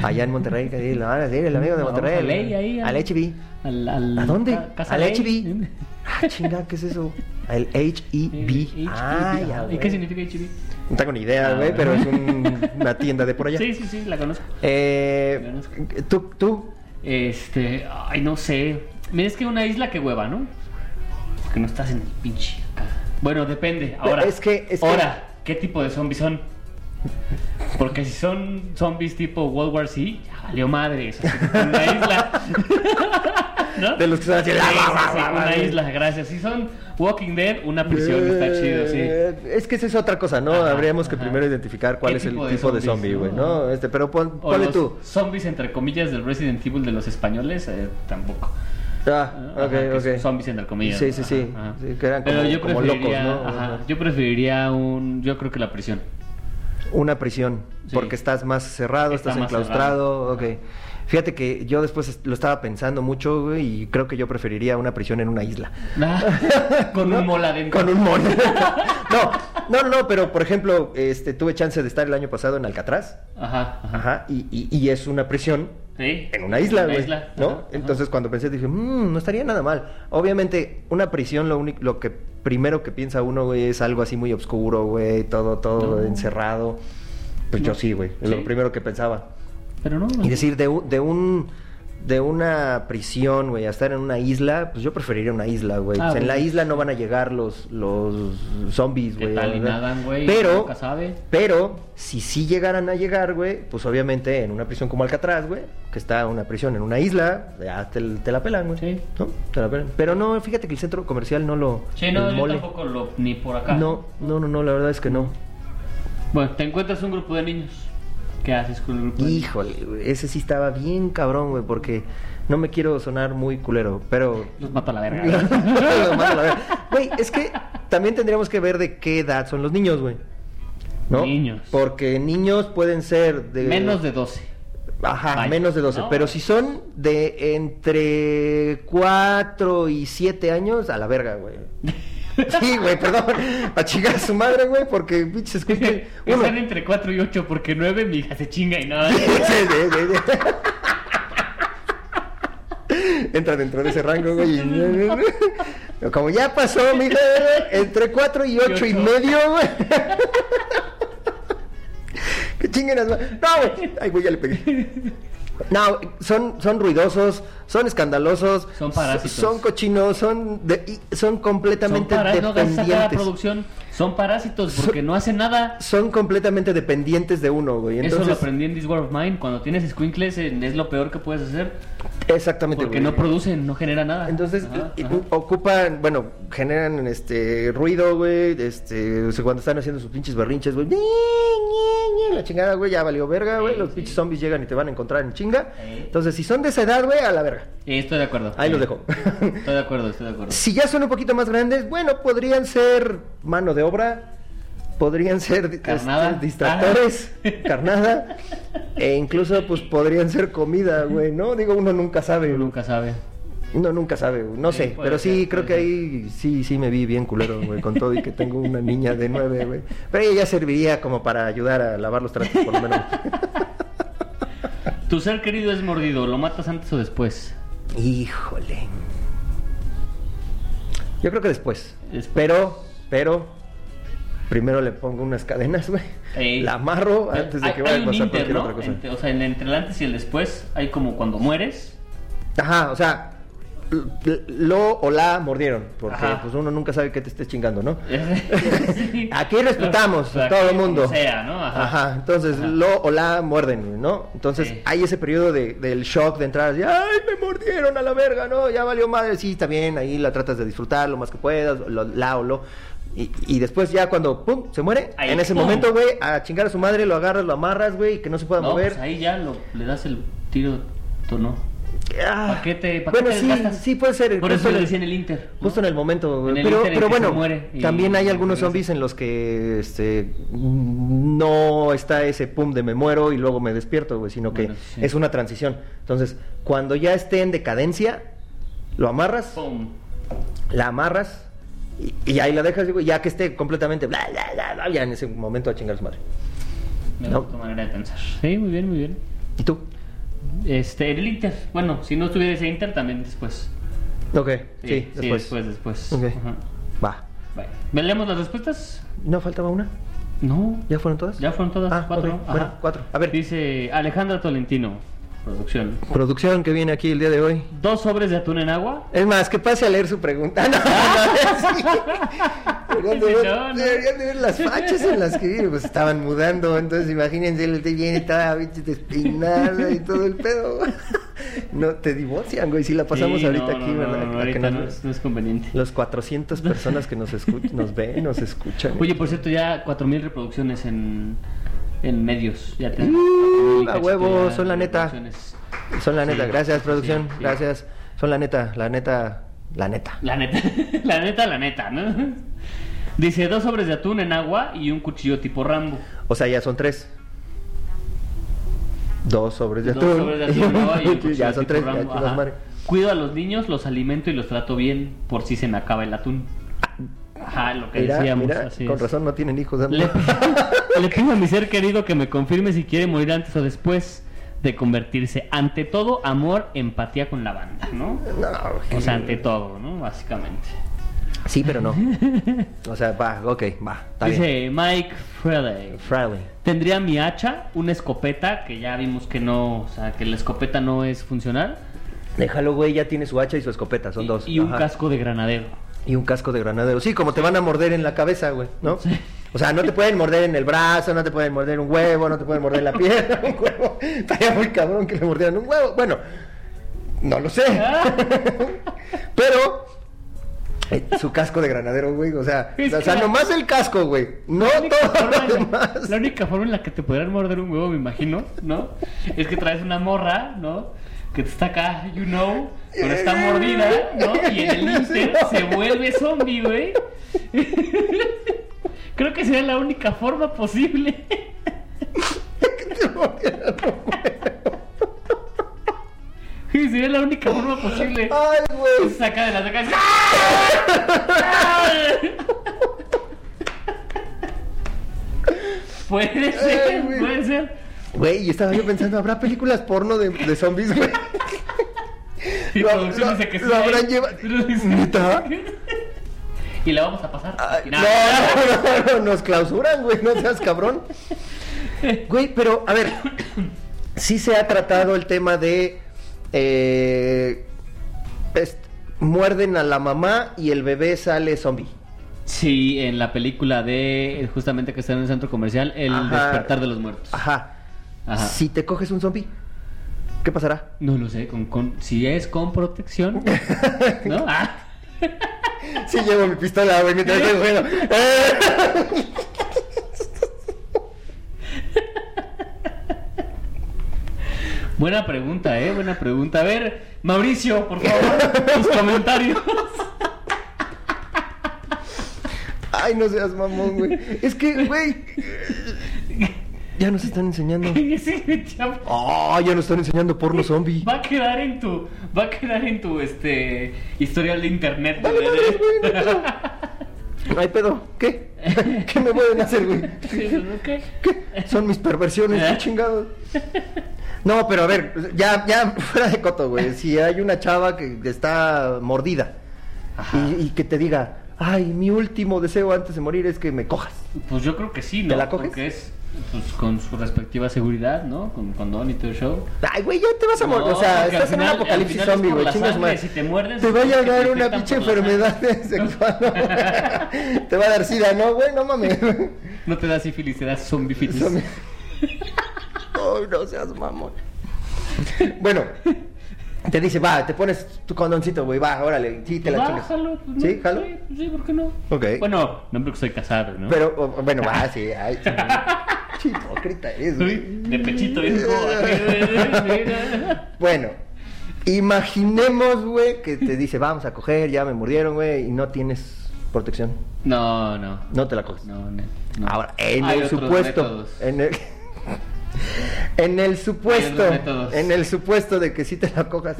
Allá en Monterrey, que ahí lo van a decir, el amigo de
No, vamos
Monterrey.
a Ley, ahí,
al
al-
HB.
Al- al-
¿A dónde?
ca- Casa
al
Ley.
HB. Ah, chinga, ¿qué es eso? Al HEB. Ah, ya,
¿Y
güey.
qué significa HB?
No tengo ni idea,
Ah,
güey,
bueno.
pero es un- una tienda de por allá.
Sí, sí, sí, la conozco.
Eh, tú, tú,
Este, ay, no sé. Mira, es que una isla que hueva, ¿no? Porque no estás en el pinche acá. Bueno, depende. Ahora,
Es que- es que-
ahora, ¿qué tipo de zombies son? Porque si son zombies tipo World War Z, ya valió madre. Eso sí, una isla. ¿No?
de los que están
Sí,
así,
sí,
la, la, la,
sí,
la, la,
una
la.
isla, gracias. Si son Walking Dead, una prisión, está chido, sí.
Eh, Es que esa es otra cosa, ¿no?
Ajá,
Habríamos que
ajá.
primero identificar cuál
¿Qué
es el
tipo
tipo
de
de,
zombies,
zombie, güey,
no?
¿no? Este, pero pon,
O
ponle
los
tú.
zombies, entre comillas, del Resident Evil de los españoles, eh, tampoco.
Ah,
Ajá,
ok,
que
ok.
son Zombies entre comillas.
Sí, sí,
Ajá,
sí.
ajá.
Sí, que eran
Pero
como-
yo
como locos,
preferiría,
¿no?
ajá,
Ajá.
yo preferiría un, yo creo que la prisión.
Una prisión,
Sí.
porque estás más cerrado,
Está
estás
más
enclaustrado, ok. Fíjate que yo después est- lo estaba pensando mucho, güey, y creo que yo preferiría una prisión en una isla.
Con
¿No?
un mola adentro.
Con un mono. no, no, no, pero por ejemplo, este, tuve chance de estar el año pasado en Alcatraz,
Ajá, ajá.
ajá, y, y- y es una prisión
Sí.
en una isla,
En
güey, ¿no?
ajá, ajá.
Entonces cuando pensé dije, "Mm, no estaría nada mal. Obviamente una prisión lo único, lo que primero que piensa uno güey, es algo así muy oscuro, güey, todo todo
No.
encerrado. Pues yo
No.
sí, güey, es
Sí.
lo primero que pensaba.
Pero no.
Y decir de un, de un de una prisión, güey, a estar en una isla, pues yo preferiría una isla, güey.
Ah,
Pues en la
güey.
isla no van a llegar los los zombies,
¿Qué
güey.
tal y
¿verdad?
nadan, güey?
Pero
Nunca sabe.
pero si sí llegaran a llegar, güey, pues obviamente en una prisión como Alcatraz, güey, que está una prisión en una isla, ya te, te la pelan, güey.
Sí.
¿No? Te la pelan. Pero no, fíjate que el centro comercial no lo
Sí, no,
el
yo
mole.
tampoco lo, ni por acá.
No, no, no, no, la verdad es que no.
Bueno, te encuentras un grupo de niños. ¿Qué haces con el grupo? de niños?
Híjole, güey, ese sí estaba bien cabrón, güey, porque no me quiero sonar muy culero, pero
Los mata la
Lo
verga.
malo, la verdad. Güey, es que también tendríamos que ver de qué edad son los niños, güey. ¿No?
Niños.
Porque niños pueden ser de.
Menos de 12.
Ajá,
Vaya,
menos de 12.
¿no?
Pero si son de entre 4 y 7 años, a la verga, güey. Sí, güey, perdón. A chingar a su madre, güey, porque pinches escuchen. Uno.
Están entre 4 y 8 porque 9 mi hija se chinga y nada.
Sí, sí, sí, sí. Entra dentro de ese rango, güey. y- Como ya pasó, mija, entre 4 y 8 y
ocho.
medio, güey. Que chingue chinguen a su- No, güey. Ay, güey, ya le pegué. No, son, son ruidosos, son escandalosos,
Son parásitos.
son cochinos, son, de- y son
Son
completamente
parásitos, no gracias a cada
dependientes.
producción, son parásitos porque no hacen nada.
son completamente dependientes de uno, güey.
Eso lo
Entonces,
aprendí en This War of Mine. Cuando tienes squinkles eh, es lo peor que puedes hacer
exactamente.
porque
güey.
no producen, no genera nada.
Entonces
Ajá,
eh,
ajá.
ocupan, bueno, generan este ruido, güey, este, o sea, cuando están haciendo sus pinches berrinches, güey, ñe, ñe, ñe, la chingada, güey, ya valió verga, güey,
Sí,
los
sí.
pinches zombies llegan y te van a encontrar en chinga.
Sí.
Entonces, si son de esa edad, güey, a la verga.
Eh, estoy de acuerdo.
Ahí
Eh,
los dejo.
Estoy de acuerdo, estoy de acuerdo.
Si ya son un poquito más grandes, bueno, podrían ser mano de obra, podrían ser di-
Carnada.
este, distractores, carnada, e incluso pues podrían ser comida, güey, ¿no? Digo, uno nunca sabe.
Uno nunca sabe.
No, nunca sabe, güey. no
Sí,
sé,
puede
pero sí,
ser,
creo que
puede
ahí sí, sí me vi bien culero, güey, con todo y que tengo una niña de nueve, güey. Pero ella ya serviría como para ayudar a lavar los trastes, por lo menos.
Tu ser querido es mordido. ¿Lo matas antes o después?
Híjole. Yo creo que después.
Después.
Pero, pero, primero le pongo unas cadenas, güey.
Ey.
La amarro antes de
Hay-
que vaya
hay
a
un
pasar
inter,
cualquier
¿no?
otra cosa.
Entre- o sea, en- entre el antes y el después hay como cuando mueres.
Ajá, o sea, l- lo o la mordieron, porque
Ajá.
pues uno nunca sabe qué te estés chingando, ¿no?
Sí. Pues,
Aquí respetamos
Aquí,
a todo el mundo.
como sea, ¿no? Ajá.
Ajá. entonces
Ajá.
lo o la muerden, ¿no? Entonces
Sí.
hay ese periodo de, del shock de entrar así, ¡ay, me mordieron a la verga! No, ya valió madre, sí, está bien, ahí la tratas de disfrutar lo más que puedas, lo- la o lo. Y, y después ya cuando, ¡pum!, se muere,
Ahí,
en ese
¡pum!
momento, güey, a chingar a su madre, lo agarras, lo amarras, güey, y que no se pueda
No,
mover.
pues ahí ya lo- le das el tiro, tú no.
Ah,
¿Para qué te, para qué
bueno,
te
sí,
desgastas?
sí puede ser.
Por
justo
eso
en
le
el-
decía en el Inter. ¿no?
Justo en el momento, güey.
En el
pero,
inter en
pero
que se
bueno,
muere y-
también hay
y
algunos
regresa.
zombies en los que este no está ese pum de me muero y luego me despierto, güey, sino que
Bueno, sí.
es una transición. Entonces, cuando ya esté en decadencia, lo amarras,
Pum.
la amarras y, y ahí la dejas, güey, ya que esté completamente bla, bla, bla, bla, ya en ese momento a chingar a su madre.
Me
No.
gusta tu manera de pensar. Sí, muy bien, muy bien.
¿Y tú?
Este, en el Inter. Bueno, si no estuviera ese Inter, también después. Eh,
Ok, sí, después.
después, después.
Ok.
Ajá.
Va.
Vale. ¿Me leemos las respuestas?
¿No faltaba una?
No.
¿Ya fueron todas?
Ya fueron todas
Ah,
cuatro.
ok, bueno, cuatro. A ver.
Dice Alejandra Tolentino, producción.
Producción que viene aquí el día de hoy.
Dos sobres de atún en agua.
Es más, que pase a leer su pregunta. No, no, no, sí. deberían, de
Sí,
ver,
no, no.
deberían de ver las fachas en las que pues, estaban mudando. Entonces, imagínense, él te viene toda pinche despeinada y todo el pedo. No, te divorcian, güey. Si la pasamos
Sí,
ahorita
no,
aquí,
no,
¿verdad?
No, no,
A que
ahorita
nos-
no es, no es conveniente.
Los 400 personas que nos, escu- nos ven, nos escuchan.
Oye, por cierto, ya 4.000 reproducciones en, en medios. Ya
Mm,
tenemos.
a huevo, son la neta.
reproducciones.
Son la neta.
Sí,
Gracias,
sí,
producción.
sí.
Gracias. Son la neta, la neta, la neta.
La neta, la neta, la neta, ¿no? Dice dos sobres de atún en agua y un cuchillo tipo Rambo.
O sea, ya son tres. Dos sobres de
Dos
atún.
sobres de atún en agua y un cuchillo
ya son
tipo
tres. ya
Rambo,
chingas
ajá.
madre.
Cuido a los niños, los alimento y los trato bien por si se me acaba el atún. Ajá, lo que
Mira,
decíamos.
mira,
así
con
es.
razón no tienen hijos. ¿no?
Le, le pido a mi ser querido que me confirme si quiere morir antes o después de convertirse. Ante todo, amor, empatía con la banda, ¿no?
No,
O sea, ante todo, ¿no? Básicamente.
sí, pero no. O sea, va, ok, va. Está bien.
Dice Mike Friday.
Friendly.
Tendría mi hacha, una escopeta, que ya vimos que no, o sea, que la escopeta no es funcional.
Déjalo, güey, ya tiene su hacha y su escopeta, son
y,
dos.
Y un
Ajá.
casco de granadero.
Y un casco de granadero. Sí, como te van a morder en la cabeza, güey, ¿no? O sea, no te pueden morder en el brazo, no te pueden morder un huevo, no te pueden morder la pierna, un huevo. Estaría muy cabrón que le mordieran un huevo. Bueno, no lo sé. Pero eh, su casco de granadero, güey, o sea,
Es
o sea,
que-
nomás el casco, güey, no todo
forma
lo
en la-
demás.
la única forma en la que te podrían morder un huevo, me imagino, ¿no? Es que traes una morra, ¿no? Que está acá, you know, pero está mordida, ¿no? Y en el inter se vuelve zombie, güey. Creo que sería la única forma posible. Sí, sería la única forma posible.
Ay, güey.
Saca de las sacas. ¡Ah! Puede
Ay,
ser,
güey.
puede ser.
Güey, y estaba yo pensando, ¿habrá películas porno de, de zombies, güey?
Y
Lo-
producción
lo-
dice que sí
lo
hay.
habrán llevado- ¿Neta?
Y la vamos a pasar.
Ay,
Y
No,
nada.
no, no, no, nos clausuran, güey, no seas cabrón. Güey, pero a ver, sí se ha tratado el tema de... eh, es- muerden a la mamá y el bebé sale zombie.
Sí, en la película de justamente que está en el centro comercial, El
Ajá.
despertar de los muertos.
Ajá.
Ajá.
Si te coges un zombie, ¿qué pasará?
No lo sé, con, con- si es con protección. ¿No? Ah,
Sí, llevo mi pistola, güey, mientras estoy jugando.
buena pregunta, ¿eh? Buena pregunta. A ver, Mauricio, por favor, tus comentarios.
Ay, no seas mamón, güey. Es que, güey. Ya nos están enseñando.
Ese chavo
Oh, ya nos están enseñando porno zombie.
Va a quedar en tu, va a quedar en tu, este, historial de internet.
Dale,
güey.
madre, güey, no hay pedo. No hay pedo. ¿Qué? ¿Qué me pueden hacer, güey?
Sí, pues, ¿no? ¿Qué?
¿Qué? Son mis perversiones,
¿Eh?
qué chingados. No, pero a ver, ya, ya, fuera de coto, güey. Si hay una chava que está mordida y, y que te diga, ay, mi último deseo antes de morir es que me cojas.
Pues yo creo que sí, ¿no?
¿Te la coges?
Porque es, pues, con su respectiva seguridad, ¿no? Con condón y todo el show.
Ay, güey, ya te vas a morir.
No,
o sea,
porque al
estás en un
final- al
apocalipsis
final es
zombie,
por
güey.
la
Chingas
sangre,
más.
si te muerdes,
te vaya a
porque te
dar una
infectan
pinche
por la
enfermedad sexual. ¿no? te va a dar sida, ¿no, güey? No mames.
No te da sífilis, te da zombifitis.
Zombie. Ay, no seas mamón. Bueno, te dice, va, te pones tu condoncito, güey, va, órale, sí, te la
Va,
chingas.
jalo, pues, no,
¿Sí, jalo?
Sí, pues, sí, ¿por qué no?
Ok.
Bueno, no porque soy casado, ¿no?
Pero, o- bueno, va, sí, ay, sí. Qué hipócrita eres,
Uy,
güey.
de pechito es como así, mira.
Bueno, imaginemos, güey, que te dice, vamos a coger, ya me mordieron, güey, y no tienes protección.
No, no.
No te la coges.
No, no, no.
Ahora, en
Hay
el
otros
supuesto.
métodos.
En el, en el supuesto.
Hay otros métodos.
En el supuesto de que sí te la cojas.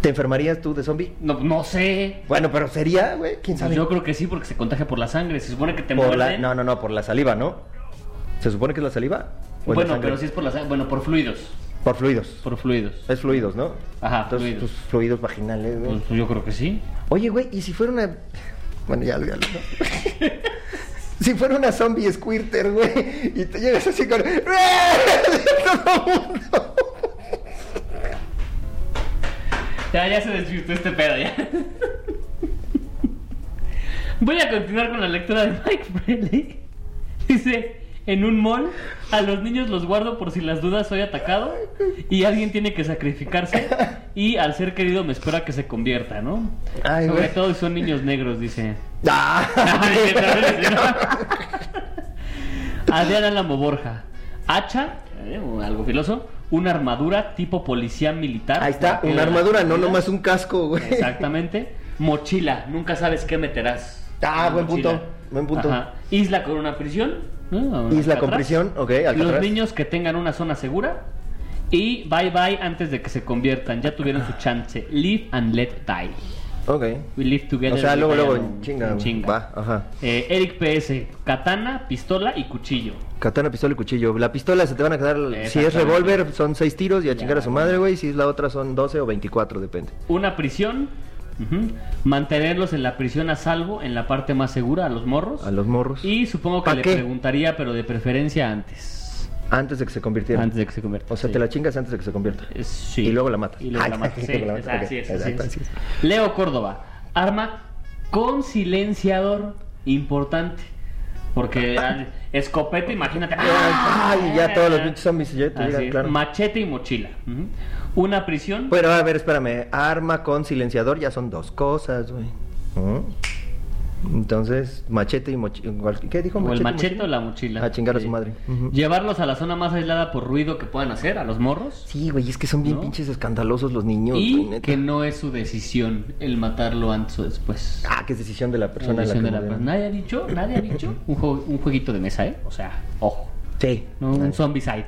¿Te enfermarías tú de zombie?
No, no sé.
Bueno, pero sería, güey, quién sabe.
Yo creo que sí, porque se contagia por la sangre. Se supone que te
Por la-
muerden.
no, no, no, por la saliva, ¿no? ¿Se supone que es la saliva? ¿O es la
bueno,
sangre?
pero si es por la sangre. Bueno, por fluidos.
Por fluidos.
Por fluidos.
Es fluidos, ¿no?
Ajá,
Entonces,
fluidos.
tus fluidos vaginales, güey.
Pues, yo creo que sí.
Oye, güey, ¿y si fuera una. Bueno, ya, ya, ¿no? Si fuera una zombie squirter, güey, y te llegas así con. Todo mundo.
Ya, ya se desvirtuó este pedo, ya. Voy a continuar con la lectura de Mike Breley. Dice, en un mall, a los niños los guardo por si las dudas soy atacado y alguien tiene que sacrificarse y al ser querido me espera que se convierta, ¿no?
Ay,
Sobre
güey.
todo si son niños negros, dice.
Ah.
Adrián Álamo Borja. Hacha, eh, o algo filoso, una armadura tipo policía militar.
Ahí está,
Porque
una
la-
armadura, no nomás un casco, güey.
Exactamente. Mochila, nunca sabes qué meterás.
Ah,
Una
buen punto, buen punto.
Isla con una prisión. ¿no?
Isla
Alcatraz.
con prisión, ok, Alcatraz.
Los niños que tengan una zona segura. Y bye bye antes de que se conviertan. Ya tuvieron su chance. Live and let die.
Ok.
We live together.
O sea,
we
luego,
die
luego,
alone.
en chinga,
En
güey. Va, ajá.
Eh, Eric PS. Katana, pistola y cuchillo.
Katana, pistola y cuchillo. La pistola se te van a quedar. Si es
Exactamente.
revólver, son seis tiros y a
Ya,
chingar a su
güey.
madre, güey. Si es la otra, son 12 o 24, depende.
Una prisión. ujú. Mantenerlos en la prisión a salvo, en la parte más segura, a los morros.
A los morros.
Y supongo que
¿Pa
le
qué?
preguntaría, pero de preferencia antes.
Antes de que se convirtiera.
Antes de que se convierta.
O sea,
sí.
te la chingas antes de que se convierta.
Es- sí.
Y luego la matas.
Y luego la
Ay,
matas.
y
Sí,
luego la
es-
matas,
así
ok,
es, así
exacto,
es.
así
Leo Córdoba. Arma con silenciador importante. Porque ah, escopeta, imagínate.
Ay, ya todos los pinches zombies ya te
Así
llegan,
es,
claro. Pues,
Machete y mochila. Ujú. Una prisión.
Bueno, a ver, espérame. Arma con silenciador ya son dos cosas, güey. ¿Mm? Entonces, machete y mochila. ¿Qué dijo?
o el machete
mochila?
o la mochila.
A chingar a
Sí.
su madre. Ujú.
Llevarlos a la zona más aislada por ruido que puedan hacer, a los morros.
Sí, güey, es que son bien
¿No?
pinches escandalosos los niños, güey,
Y
pues, neta.
que no es su decisión el matarlo antes o después.
Ah, que es decisión de la persona.
La decisión
la
de
que
la
murieron.
persona. Nadie ha dicho, nadie ha dicho un, juego- un jueguito de mesa, ¿eh? O sea, ojo.
Sí.
No, un
Ahí-
zombie side.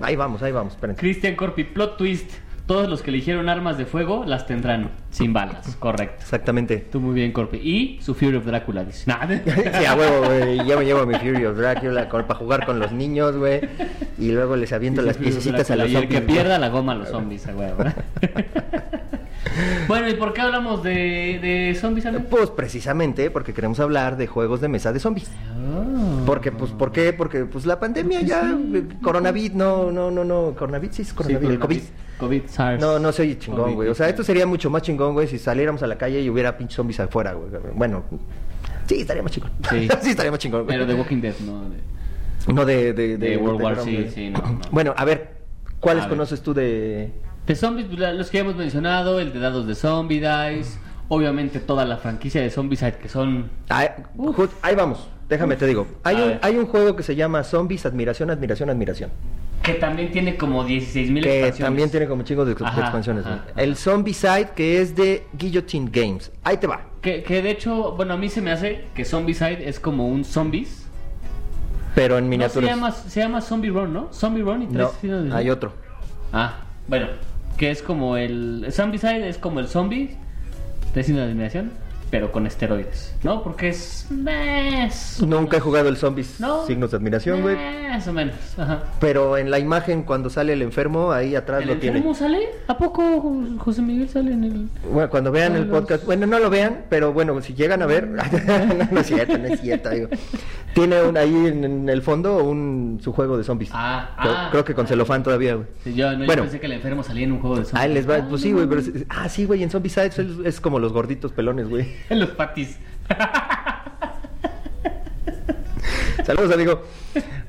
Ahí vamos, ahí vamos, espérense.
Christian Corpi, plot twist. Todos los que eligieron armas de fuego las tendrán sin balas, correcto.
Exactamente.
Tú muy bien, Corpi. Y su Fury of Drácula, dice. Nah.
Sí, a huevo, güey. Yo me llevo a mi Fury of Dracula con- para jugar con los niños, güey. Y luego les aviento
Dice
las
Fury of
piececitas a
Drácula,
los
y el que
zombies, güey.
pierda la goma a los zombies, a huevo. bueno, ¿y por qué hablamos de, de zombies? Ale?
Pues precisamente porque queremos hablar de juegos de mesa de zombies.
Oh.
Porque, pues, ¿por qué? Porque, pues, la pandemia ya, coronavirus, no, no, no, no, coronavirus, sí, es coronavirus, el COVID.
COVID, SARS.
No, no se oye chingón,
COVID, este.
güey. O sea,
sí.
esto sería mucho más chingón, güey, si saliéramos a la calle y hubiera pinches zombies afuera, güey. Bueno, sí, estaría más chingón. Sí,
Sí.
estaría más chingón, güey.
Pero de Walking Dead, no. de-
No, de... De,
de World War, sí,
güey.
sí, no, no.
Bueno, a ver, ¿cuáles
A ver.
conoces tú de...?
De zombies, pues, la- los que ya hemos mencionado, el de dados de Zombie Dice, obviamente toda la franquicia de Zombicide que son...
Ah, ju- ahí vamos, déjame te digo. Hay
A
un,
ver.
hay un juego que se llama Zombies, Admiración, Admiración, Admiración.
Que también tiene como 16.000
Que
expansiones.
también tiene como chingos de, de
Ajá,
expansiones.
ajá,
güey.
ajá.
El Zombicide, que es de Guillotine Games. Ahí te va.
Que, que de hecho, bueno, a mí se me hace que Zombicide es como un Zombies.
Pero en
No, se,
miniaturas.
llama, se llama Zombie Run, ¿no? Zombie Run y tres
No,
filas de-
hay otro.
Ah, bueno, que es como el... Zombicide es como el Zombie, tres signos de admiración, pero con esteroides, ¿no? Porque es... es-
Nunca he jugado el Zombies
No.
Signos de Admiración, güey.
Más o menos, ajá.
Pero en la imagen, cuando sale el enfermo, ahí atrás
¿El
lo tiene.
enfermo sale? ¿A poco José Miguel sale en el...?
Bueno, cuando vean el
Son los-
podcast, bueno, no lo vean, pero bueno, si llegan a ver, no, no es cierto, no es cierto, digo. Tiene un, ahí en, en el fondo un, su juego de zombies.
Ah,
creo,
ah.
creo que con celofán todavía, güey.
Sí, yo, no, yo
Bueno.
pensé que el enfermo salía en un juego de zombies.
Ah, les va,
Ah,
pues
no
sí, güey, pero
mames.
es- ah, sí, güey, en Zombicides es, es como los gorditos pelones, güey.
Los patis.
Saludos, amigo.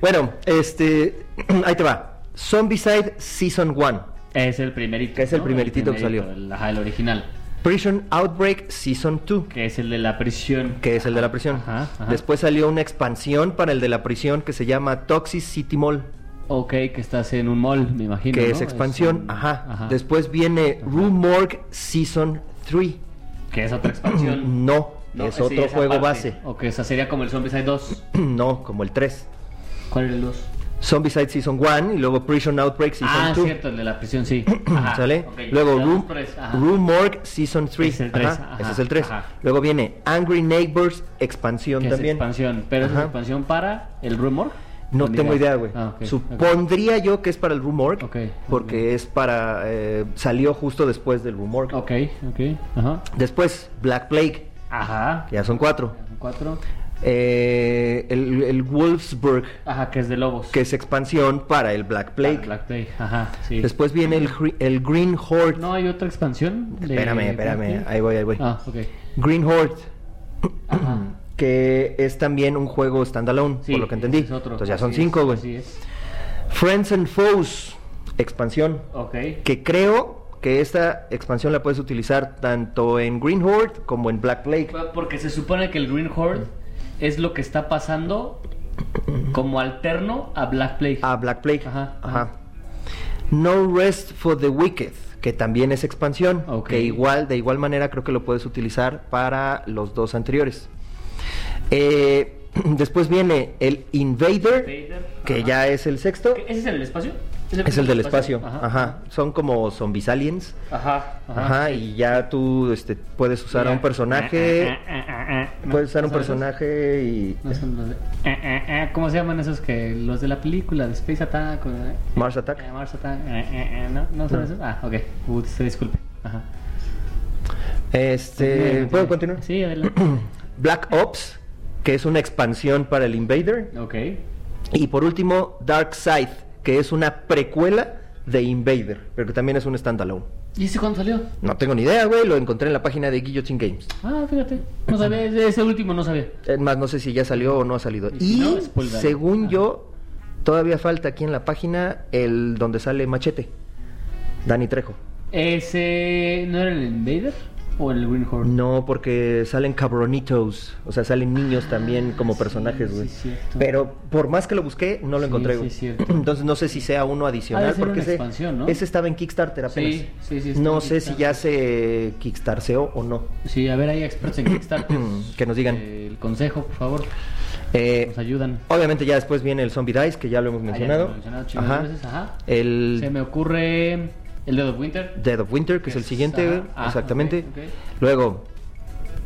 Bueno, este, ahí te va. Zombicide Season 1.
Es el primerito.
Que es el
¿no?
primeritito que salió.
primerito, el- ajá, el original.
Prison Outbreak Season 2.
Que es el de la prisión.
que es el de la prisión.
Ajá, ajá.
Después salió una expansión para el de la prisión que se llama Toxic City Mall,
Ok, que estás en un mall, me imagino.
que
¿no?
es expansión.
un-
Ajá. Después viene Rumorg Season 3.
Que es otra expansión.
No, es
sí,
otro
esa
juego
parte.
base.
Ok, o sea, sería como el Zombieside 2.
No, como el 3.
¿Cuál era el 2?
Zombicide Season 1 y luego Prison Outbreak Season
ah,
2.
cierto, el de la prisión, sí. Ajá,
¿Sale?
ok,
Luego
ya,
Room,
tres, ajá.
Rumorg Season 3.
Es el tres, ajá,
ese es el 3.
ajá.
Luego viene Angry Neighbors Expansión
Que es
también.
expansión, pero es
Ajá.
expansión para el rumor.
No
Ni
tengo idea, güey.
Ah, ok, ok.
Supondría yo que es para el Rumorg.
Ok,
Porque es para. eh, salió justo después del Rumorg.
Ok, ok, ajá.
Después, Black Plague.
Ajá.
que Ya son cuatro.
Cuatro.
Eh, el, el Wolfsburg,
Ajá, que es de lobos.
que es expansión para el Black
Para
Plague.
Black Plague, ajá, sí.
Después viene el, gri- el Green Horde.
¿No hay otra expansión? de
espérame,
Black
espérame.
Plague?
Ahí voy, ahí voy.
Ah, ok.
Green Horde.
Ajá.
Que es también un juego standalone,
Sí,
por lo que entendí.
es otro.
Entonces ya son
Así es,
cinco,
Así
güey.
es.
Friends and Foes, expansión.
Ok.
que creo que esta expansión la puedes utilizar tanto en Green Horde como en Black Plague.
Porque se supone que el Green Horde es lo que está pasando como alterno a Black Plague.
A Black Plague.
Ajá,
Ajá.
ajá.
No Rest for the Wicked, que también es expansión,
Ok.
que igual de igual manera creo que lo puedes utilizar para los dos anteriores. Eh, después viene el Invader,
Vader,
que
ajá.
ya es el sexto.
¿Qué? ¿Ese es el del espacio?
Es el del espacio, ajá. Son como zombies aliens.
Ajá,
Ajá, y ya tú este, puedes usar a un
Eh,
personaje. Puedes usar un personaje y.
No son los de- eh, eh, eh, ¿Cómo se llaman esos que los de la película de Space Attack? o de-
Mars Attack.
eh, Mars Attack, eh, eh, eh, ¿no? ¿No son
No.
esos? Ah, ok. Uy, se disculpe. Ajá.
Este,
Continúa,
¿Puedo
continúa.
continuar?
Sí, adelante.
Black Ops, que es una expansión para el Invader.
ok.
Y por último, Dark Side, que es una precuela de Invader, pero que también es un standalone.
¿Y ese cuándo salió?
No tengo ni idea, güey, lo encontré en la página de Guillotine Games.
Ah, fíjate. No sabía, ese ese último no sabía.
Es más, no sé si ya salió o no ha salido.
Y si
Y,
no, es pulgar.
según
Ajá.
yo, todavía falta aquí en la página el donde sale Machete, Dani Trejo.
¿Ese no era el Invader o el Green Horde?
No, porque salen cabronitos, o sea, salen niños también como
sí,
personajes,
sí,
güey.
cierto.
Pero por más que lo busqué, no lo
Sí,
encontré,
sí,
güey.
cierto.
Entonces no sé si sea uno adicional,
Ha de ser
porque
una
ese,
expansión, ¿no?
ese estaba en Kickstarter apenas.
Sí, sí, sí, está
No
en
sé si
Kickstarter.
ya se kickstarseó o no.
Sí, a ver, hay expertos en Kickstarter.
Que nos digan.
Eh, el consejo, por favor.
Eh,
Nos ayudan.
obviamente ya después viene el Zombie Dice, que ya lo hemos
Ah, ya
mencionado.
lo hemos mencionado chingo de
Ajá.
veces, ajá. Se
El
me ocurre el Dead of Winter.
Dead of Winter, que es el
Es-
siguiente,
ajá.
güey,
Ah,
exactamente.
ok, ok.
Luego,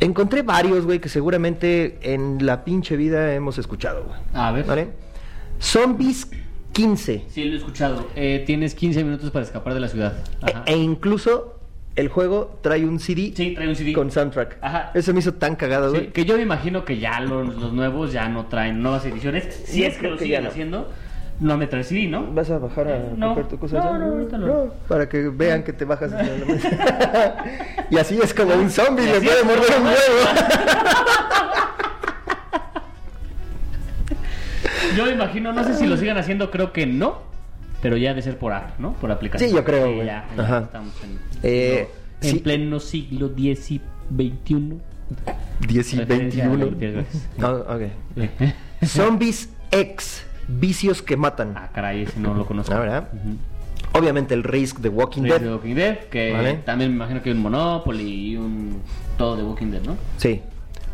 encontré varios, güey, que seguramente en la pinche vida hemos escuchado, güey.
A ver.
¿Vale? Zombies E 15.
Sí, lo he escuchado. Eh, tienes 15 minutos para escapar de la ciudad.
E,
Ajá.
e incluso el juego trae un CD
Sí, trae un CD.
con soundtrack.
Ajá.
Eso me hizo tan cagado,
Sí,
güey.
que yo me imagino que ya los, los nuevos ya no traen nuevas ediciones. Si
Yo
es que
creo
lo
que ya
siguen
no.
haciendo, no me trae CD, ¿no?
¿Vas a bajar a
Eh, No,
comprar tu cosa?
no,
ya?
no, ahorita no.
Para que vean que te bajas. de la mesa. y así es como un zombie
Y
le
así
puede
es como-
morder un huevo.
Yo me imagino, no sé si lo sigan haciendo, creo que no. Pero ya ha de ser por app, ¿no? Por aplicación.
Sí, yo creo, güey.
ya, ya
Ajá.
estamos en,
Eh,
en
sí.
pleno siglo X y XXI.
10 y
Referencia a
21.
Gutiérrez.
Ah, ok. Zombies X. Vicios que matan.
ah, caray, ese no lo conozco.
Ah, ¿verdad?
Ujú.
Obviamente el Risk de Walking
Reyes de
Dead.
Walking Dead, que
Vale.
también me imagino que hay un Monopoly y un todo de Walking Dead, ¿no?
Sí.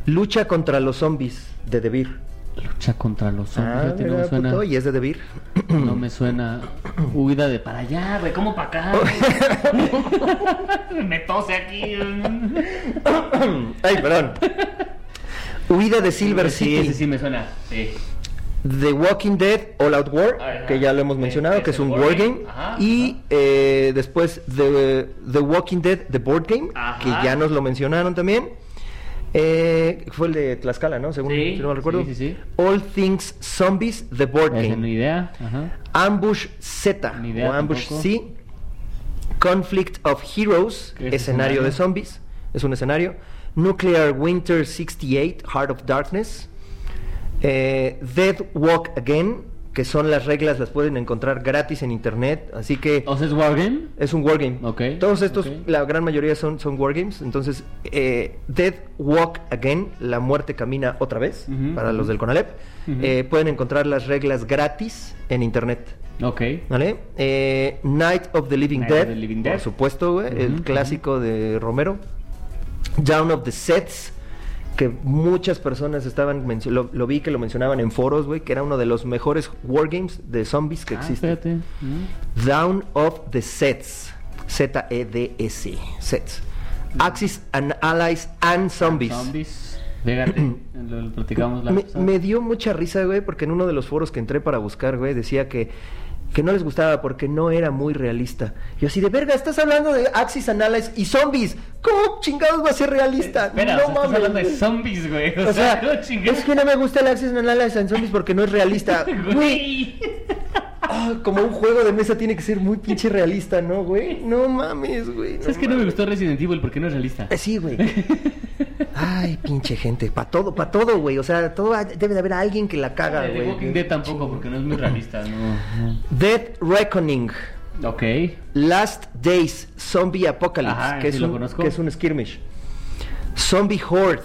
Lucha contra los zombies de Debir.
Lucha contra los zombies,
Ah,
fíjate, no me
mira,
suena.
puto, y es de Debir.
No me suena. Huida de para allá, güey, ¿cómo para acá? me tose aquí.
Ay, perdón. Huida de Silver
sí,
City.
ese sí me suena. Sí.
The Walking Dead All Out War,
Ah, Ajá.
que ya lo hemos
Es-
mencionado,
es
que es
el
un
board
wargame.
game. Ajá,
y eh, después The, The Walking Dead, The Board Game,
Ajá.
que ya nos lo mencionaron también. Eh, fue el de Tlaxcala, ¿no? Según
Sí,
si no me
sí,
recuerdo.
sí, sí.
All Things Zombies, The Board
Esa
Game.
ni idea. Ajá.
Ambush Z
Ni idea
o Ambush
tampoco.
C. Conflict of Heroes,
¿Qué es
escenario,
escenario?
de zombies, es un escenario. Nuclear Winter 68, Heart of Darkness. Eh, Dead Walk Again, que son las reglas, las pueden encontrar gratis en internet, así que
O sea, es Wargame.
es un wargame.
Oh. Ok,
Todos estos,
ok.
la gran mayoría son, son wargames, entonces eh, Dead Walk Again, la muerte camina otra vez,
Ujú,
para los
ujú.
del Conalep,
Ujú.
eh, pueden encontrar las reglas gratis en internet.
Ok.
¿Vale? Eh, Night of the Living,
Night
Dead,
of the Living
Por
Dead.
supuesto, güey,
Ujú,
el clásico de Romero. Down of the Sets. Que muchas personas estaban. mencio- Lo, lo vi que lo mencionaban en foros, güey. Que era uno de los mejores wargames de zombies que
Ah,
existe.
espérate. Mm.
Down of the Sets. Z-E-D-S. Sets. Axis and Allies and Zombies.
Zombies. Fíjate, lo, lo platicamos la
Me,
pasada.
me dio mucha risa, güey, porque en uno de los foros que entré para buscar, güey, decía que, que no les gustaba porque no era muy realista. Yo así de verga, estás hablando de Axis Analysis y zombies. ¿Cómo chingados va a ser realista?
Eh, Espera, o sea, estás hablando de
güey.
zombies, güey. O,
O sea,
no chingues.
es que no me gusta el Axis Analysis and Zombies porque no es realista. Güey,
Güey.
ah, como un juego de mesa tiene que ser muy pinche realista, ¿no, güey? No mames, güey.
¿Sabes que no me
mames.
gustó Resident Evil porque no es realista?
Eh, Sí, güey. Ay, pinche gente. Pa' todo, pa' todo, güey. O sea, todo ha- debe de haber alguien que la caga,
De
güey.
Walking Dead tampoco porque no es muy realista, no.
Dead Reckoning.
no. Ok.
Last Days Zombie Apocalypse,
Ajá,
que,
sí
es
lo
un,
conozco.
que es un skirmish. Zombie Horde.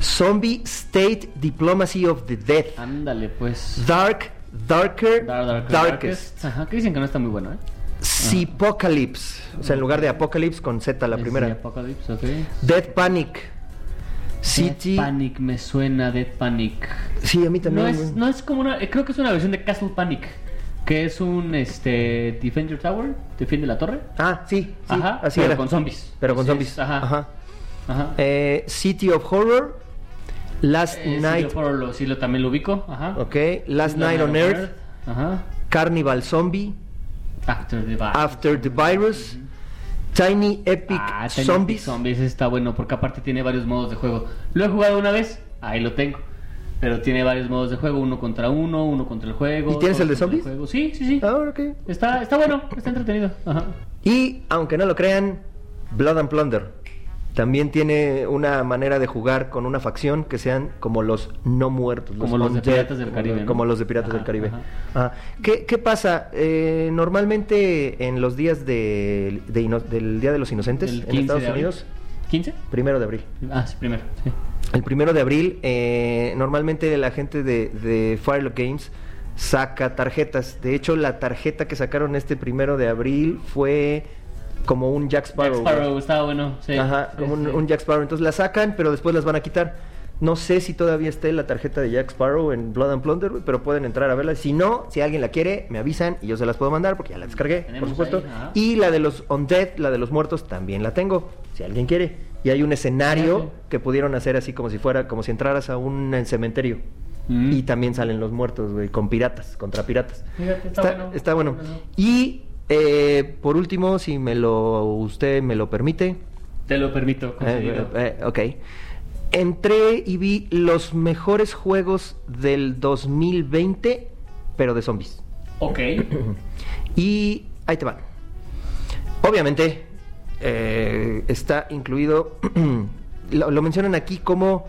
Zombie State Diplomacy of the Dead.
Ándale, pues.
Dark, Darker,
Dark, Dark,
Darkest.
Ajá, que dicen que no está muy bueno, ¿eh?
Apocalypse. O sea, en lugar de Apocalypse con Z la
Es
primera.
de Apocalypse, ok.
Dead Panic. City.
Dead Panic me suena, Dead Panic.
Sí, a mí también.
No es,
güey.
no es como una. eh, Creo que es una versión de Castle Panic. Que es un este. Defend your tower. Defiende la torre.
Ah, sí, sí,
Ajá.
así
pero
era.
con zombies.
Pero con
Ese
zombies.
es- ajá.
ajá.
Ajá.
Eh, City of Horror, Last
Eh,
Night,
Sí, yo por lo, sí lo- también lo ubico. Ajá.
ok, Last
Sí, la
Night on
Night
Earth,
on Ajá.
Carnival Zombie,
After the Bite.
After the Virus, Tiny Epic
Ah, Tiny
Zombies.
Epic Zombies está bueno porque aparte tiene varios modos de juego. Lo he jugado una vez, ahí lo tengo. Pero tiene varios modos de juego, uno contra uno, uno contra el juego.
¿Y tienes
todo
el de
contra
zombies?
juego. Sí, sí, sí.
Ah, ok.
Está, está bueno, está entretenido. Ajá.
Y aunque no lo crean, Blood and Plunder también tiene una manera de jugar con una facción que sean como los no muertos,
Como los de
undead,
Piratas del
como
Caribe,
los-
¿no?
Como los de Piratas
Ajá,
del Caribe.
ajá.
Ajá. ¿Qué, qué pasa? Eh, normalmente en los días de- de ino- del Día de los Inocentes
El
en
15
Estados
de abril.
Unidos,
¿15?
primero de abril.
Ah, sí, primero. sí.
El primero de abril, eh, normalmente la gente de, de Firelock Games saca tarjetas. De hecho, la tarjeta que sacaron este primero de abril fue como un Jack
Jack
Sparrow.
Sparrow estaba bueno. Sí,
Ajá,
Sí,
como un,
sí.
un Jack Sparrow. Entonces la sacan, pero después las van a quitar. No sé si todavía esté la tarjeta de Jack Sparrow en Blood and Plunder, güey, pero pueden entrar a verla. Si no, si alguien la quiere, me avisan y yo se las puedo mandar porque ya la descargué, por
Tenemos
supuesto.
ahí, ajá.
y la de los Undead, la de los muertos, también la tengo, si alguien quiere. Y hay un escenario
Fíjate.
que pudieron hacer así como si fuera, como si entraras a un cementerio.
Mm.
Y también salen los muertos, güey, con piratas, contra piratas.
Fíjate, está bueno.
Está bueno. Y Eh, por último, si me lo usted me lo permite.
Te lo permito,
Eh,
concedido.
eh, ok. Entré y vi los mejores juegos del 2020, pero de zombies.
Ok.
Y ahí te van. Obviamente eh, está incluido, lo, lo mencionan aquí como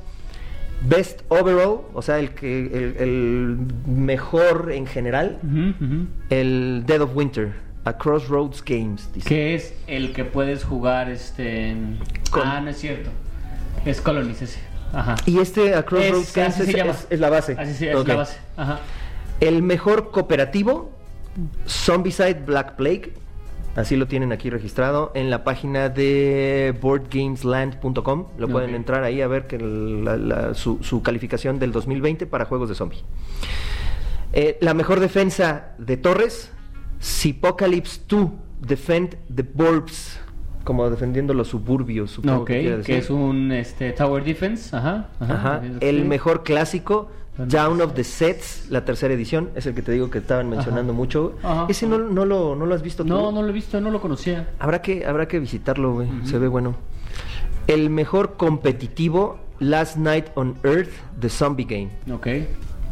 best overall, o sea, el, que, el, el mejor en general,
Ujú, ujú.
el Dead of Winter, a Crossroads Games, dice.
Que es el que puedes jugar este.
Col-
Ah, no es cierto. Es Colonies ese. Ajá.
Y este a Crossroads
Es-
Games
así
es,
se llama.
es- es la base.
Así se- es
Ok.
la base. Ajá.
El mejor cooperativo, Zombicide Black Plague. Así lo tienen aquí registrado en la página de boardgamesland.com. Lo pueden
Ok.
entrar ahí a ver que la- la- su, su calificación del 2020 para juegos de zombie. Eh, la mejor defensa de Torres, Apocalypse 2, Defend the Burbs. Como defendiendo los suburbios, supongo
ok,
que quiere decir.
que, es un este, Tower Defense. Ajá.
Ajá.
Ok.
El mejor clásico,
Dawn of
Down
the
of the Sets, la tercera edición, es el que te digo que estaban mencionando
Ajá.
mucho.
Ajá.
Ese no, no, lo, no lo has visto tú.
No, no lo he visto, no lo conocía.
Habrá que, habrá que visitarlo, güey. Se ve bueno. El mejor competitivo, Last Night on Earth, The Zombie Game.
Ok.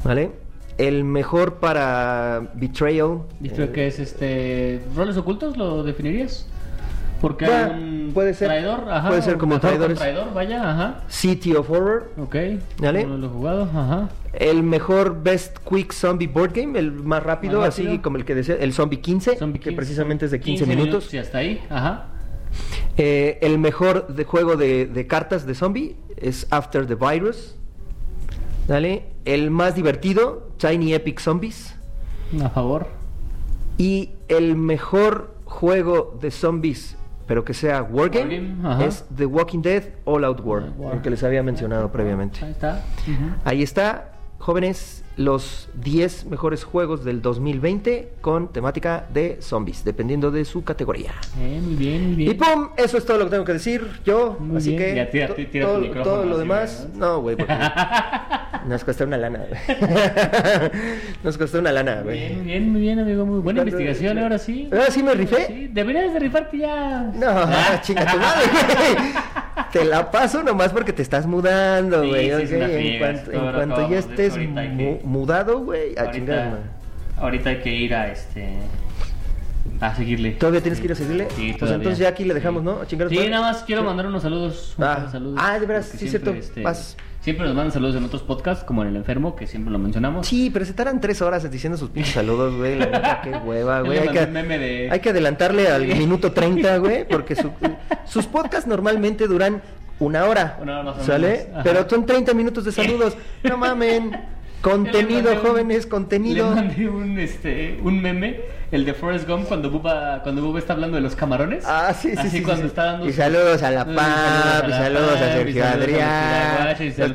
¿Vale? El mejor para Betrayal.
¿Visto
eh,
que es este. ¿Roles ocultos lo definirías? Porque
Bueno,
hay un
puede ser.
traidor, ajá.
Puede ser
un
como
matador con
traidores.
traidor, vaya, ajá.
City of Horror.
Ok.
Dale.
No lo he jugado, ajá.
El mejor Best Quick Zombie Board Game, el más rápido,
Más
así
rápido.
como el que decía, el Zombie 15,
Zombie
que
15,
precisamente es de 15, minutos.
Y hasta ahí, ajá.
Eh, el mejor de juego de, de cartas de zombie es After the Virus. ¿Dale? El más divertido, Tiny Epic Zombies.
A favor.
Y el mejor juego de zombies, pero que sea Wargame,
Wargame, ajá.
es The Walking Dead All Out War,
All Out War.
el que les había mencionado previamente.
Ahí está. Ujú.
Ahí está, jóvenes, los 10 mejores juegos del 2020 con temática de zombies, dependiendo de su categoría.
Eh, muy bien, muy bien.
Y pum, eso es todo lo que tengo que decir yo.
Muy
así
bien.
que
Y a ti- a
to-
ti tira tu
todo,
micrófono
todo lo
así,
demás,
¿verdad?
no, güey, porque nos costó una lana. güey. nos costó una lana,
Muy bien,
güey.
muy bien, muy bien, amigo. Muy buena
Cuando-
investigación, ahora sí.
Ahora Ah, sí me rifé.
Sí, deberías de rifarte ya. Ah.
No, chinga tu madre, güey. Te la paso nomás porque te estás mudando,
Sí,
güey.
sí, es
ok.
una
en
friega,
cuanto, en
todo lo
cuanto ya
acabamos de
estés
ahorita hay
mu-
que-
mudado, güey, a chingar,
ahorita,
man.
ahorita hay que ir a este. A seguirle.
¿Todavía tienes que ir a seguirle?
Sí,
Pues
todavía.
entonces ya aquí le dejamos, ¿no? A chingar a su
Sí,
madre.
nada más quiero mandar unos
Ah.
saludos. unos cuantos saludos
Ah, de veras,
porque
sí,
siempre, este,
cierto. Vas.
Siempre nos mandan saludos en otros podcasts, como en El Enfermo, que siempre lo mencionamos.
Sí, pero se tardan tres horas diciendo sus pinches saludos, güey. La neta, qué hueva,
Yo le
güey. Hay
mandé
que,
un meme de-
hay que adelantarle al
Sí.
minuto 30, güey, porque su- sus podcasts normalmente duran una hora.
Una hora más o
¿Sale?
menos, ajá.
Pero son 30 minutos de saludos. No mamen.
Yo le
Contenido,
mandé un-
jóvenes,
Le
contenido.
mandé un, este, un meme, el de Forrest Gump, cuando Bubba, cuando Bubba está hablando de los camarones.
Ah, sí, sí,
Así
sí, sí,
cuando
sí.
está dando...
Y saludos a la
Saludos
PAP, y
la
saludos a
PAP, y
Sergio
saludos a los
Adrián,
tiraguaches, y
los
saludos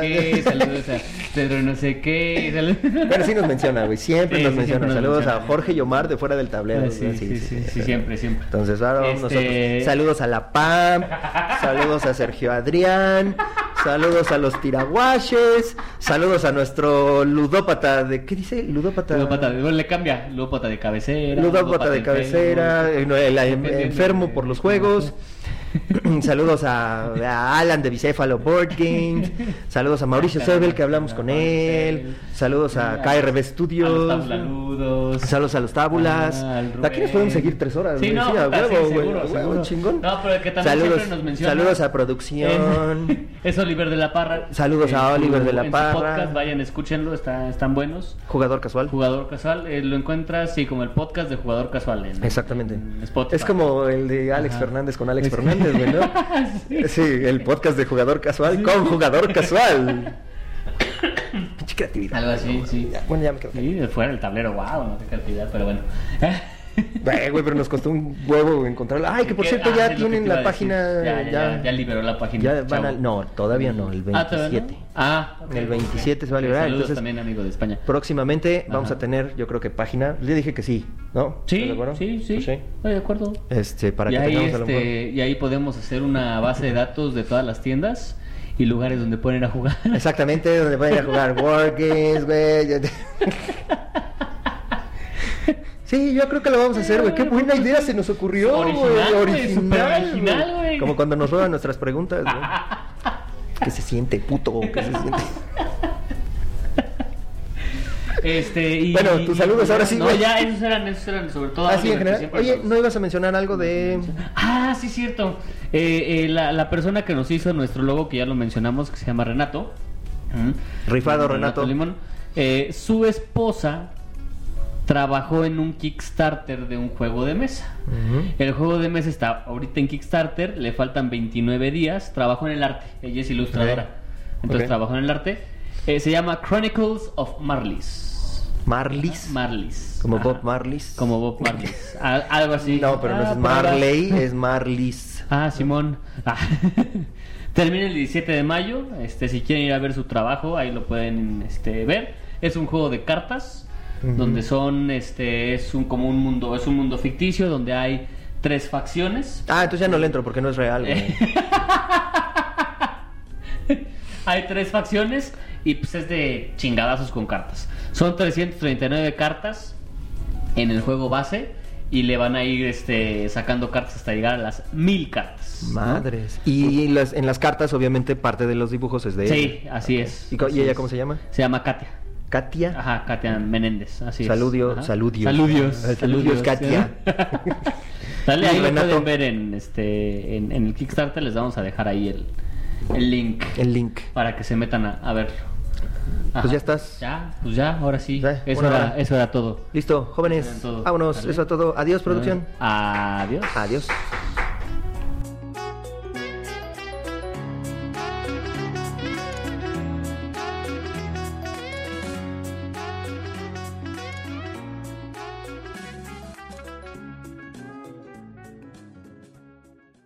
tiraguas.
Sergio no sé qué, saludos a Pedro no sé qué. y saludos-
Pero sí nos menciona, güey. Siempre
Sí,
nos
sí,
menciona.
siempre nos
Saludos
menciona.
a Jorge y Omar de fuera del tablero.
Ah, sí,
güey.
sí, sí, sí, siempre, siempre.
Entonces, ahora vamos
Este-
nosotros. Saludos a la PAM, saludos a Sergio Adrián, saludos a los tiraguaches, saludos a nuestro ludópata de. ¿Qué dice? Ludópata.
Ludópata, bueno, le cambia. Ludópata de cabecera.
Ludópata de
enfermo,
cabecera, eh, no, el em-
dependiendo
enfermo
de-
por los juegos. saludos a, a Alan de Bicéfalo Board Games. Saludos a Mauricio
Claro,
Sebel, que hablamos
a
con
Mauricio
él.
Sebel.
Saludos a
Sí,
KRB
A los
Studios.
tablaludos.
Saludos a los tábulas.
Ah, al
De aquí nos
Rubén.
podemos seguir tres horas.
Sí,
güey.
no,
Sí, a
puta, sí,
huevo, güey,
seguro,
a huevo,
seguro.
chingón.
No, pero que también
saludos,
siempre nos menciona.
saludos a producción.
Eh, Es Oliver de la Parra.
Saludos a
En su-
Oliver de la
en su
Parra.
podcast, vayan, escúchenlo, está, están buenos.
Jugador casual.
Jugador casual, eh, lo encuentras, sí, como el podcast de jugador casual. En,
Exactamente.
en Spotify.
Es como el de Alex
Ajá.
Fernández con Alex
Es-
Fernández, güey, ¿no?
Sí.
Sí, el podcast de jugador casual con jugador casual. Pinche creatividad.
Algo así, sí.
Ya, Bueno, ya me quedo. callado.
Sí, de fuera del tablero, wow, no qué cantidad, pero bueno.
Güey, güey, pero nos costó un huevo encontrarlo. Ay, que por
¿Qué?
cierto
Ah, es
ya
lo que te
tienen la
iba a decir.
página.
Ya, ya, ya, ya liberó la página.
Ya van
chavo.
al- no, todavía no, el
Ah, ¿todavía no?
27.
Ah, ok.
El 27 se va a liberar,
Saludos
entonces-
también, amigo de España.
Próximamente vamos
Ajá.
a tener, yo creo que página. Le dije que sí, ¿no? ¿Estás
Sí,
de acuerdo?
sí, sí,
Pues
Estoy de acuerdo.
Este, para
y,
que
ahí,
tengamos a lo mejor.
este, y ahí podemos hacer una base de datos de todas las tiendas y lugares donde pueden ir a jugar.
Exactamente, donde pueden ir a jugar Wargames, güey. Sí, yo creo que lo vamos a hacer, güey. Qué buena idea se nos ocurrió, güey.
Original, güey,
Original,
superoriginal,
güey.
güey.
Como cuando nos roban nuestras preguntas, güey. ¿Qué se siente, puto? ¿Qué se siente?
Este, y,
Bueno, tus
y-
saludos, ahora sí,
No,
güey.
ya, esos eran, esos eran sobre todo.
Así en
algo que
general.
siempre
Oye,
nos-
¿no ibas a mencionar algo de...?
Ah, sí, cierto. Eh, eh, la, la persona que nos hizo nuestro logo, que ya lo mencionamos, que se llama Renato. ¿Mm?
Rifado, Renato.
Limón. Eh, su esposa trabajó en un Kickstarter de un juego de mesa. El juego de mesa está ahorita en Kickstarter, le faltan 29 días. Trabajó en el arte, ella es ilustradora. Entonces
Ok.
trabajó en el arte. Eh, se llama Chronicles of Marlis.
Marlis.
Marlis.
Como Bob
Ajá.
Marlis.
Como Bob Marlis. Al- algo así.
No, pero no
Ah,
es
palabras.
Marley, es Marlis.
Ah, Simón. Ah. Termina el 17 de mayo. Este, si quieren ir a ver su trabajo, ahí lo pueden este, ver. Es un juego de cartas
Ujú.
donde son este es un como un mundo, es un mundo ficticio donde hay tres facciones.
Ah, entonces ya no le entro porque no es real, güey.
Hay tres facciones y pues es de chingadazos con cartas. Son 339 cartas en el juego base y le van a ir este sacando cartas hasta llegar a las mil cartas. ¿no?
Madres. Y las- en las cartas, obviamente, parte de los dibujos es de ella.
Sí, así es.
¿Y, co- y
así
ella
es.
cómo se llama?
Se llama Katia.
Katia.
Ajá, Katia Menéndez, así es.
Saludio-
Ajá.
saludios.
Saludios.
Ah, saludios, Katia.
Dale, ahí
Y
lo
Renato.
pueden ver en, este, en, en el Kickstarter, les vamos a dejar ahí el, el link
El link.
para que se metan a, a verlo. Ajá.
Pues ya estás.
Ya, pues ya, ahora sí.
Ya,
Eso,
una
era,
hora.
eso era todo.
Listo, jóvenes.
Eso era todo.
Vámonos.
Dale.
Eso es todo. Adiós, producción.
Adiós.
Adiós.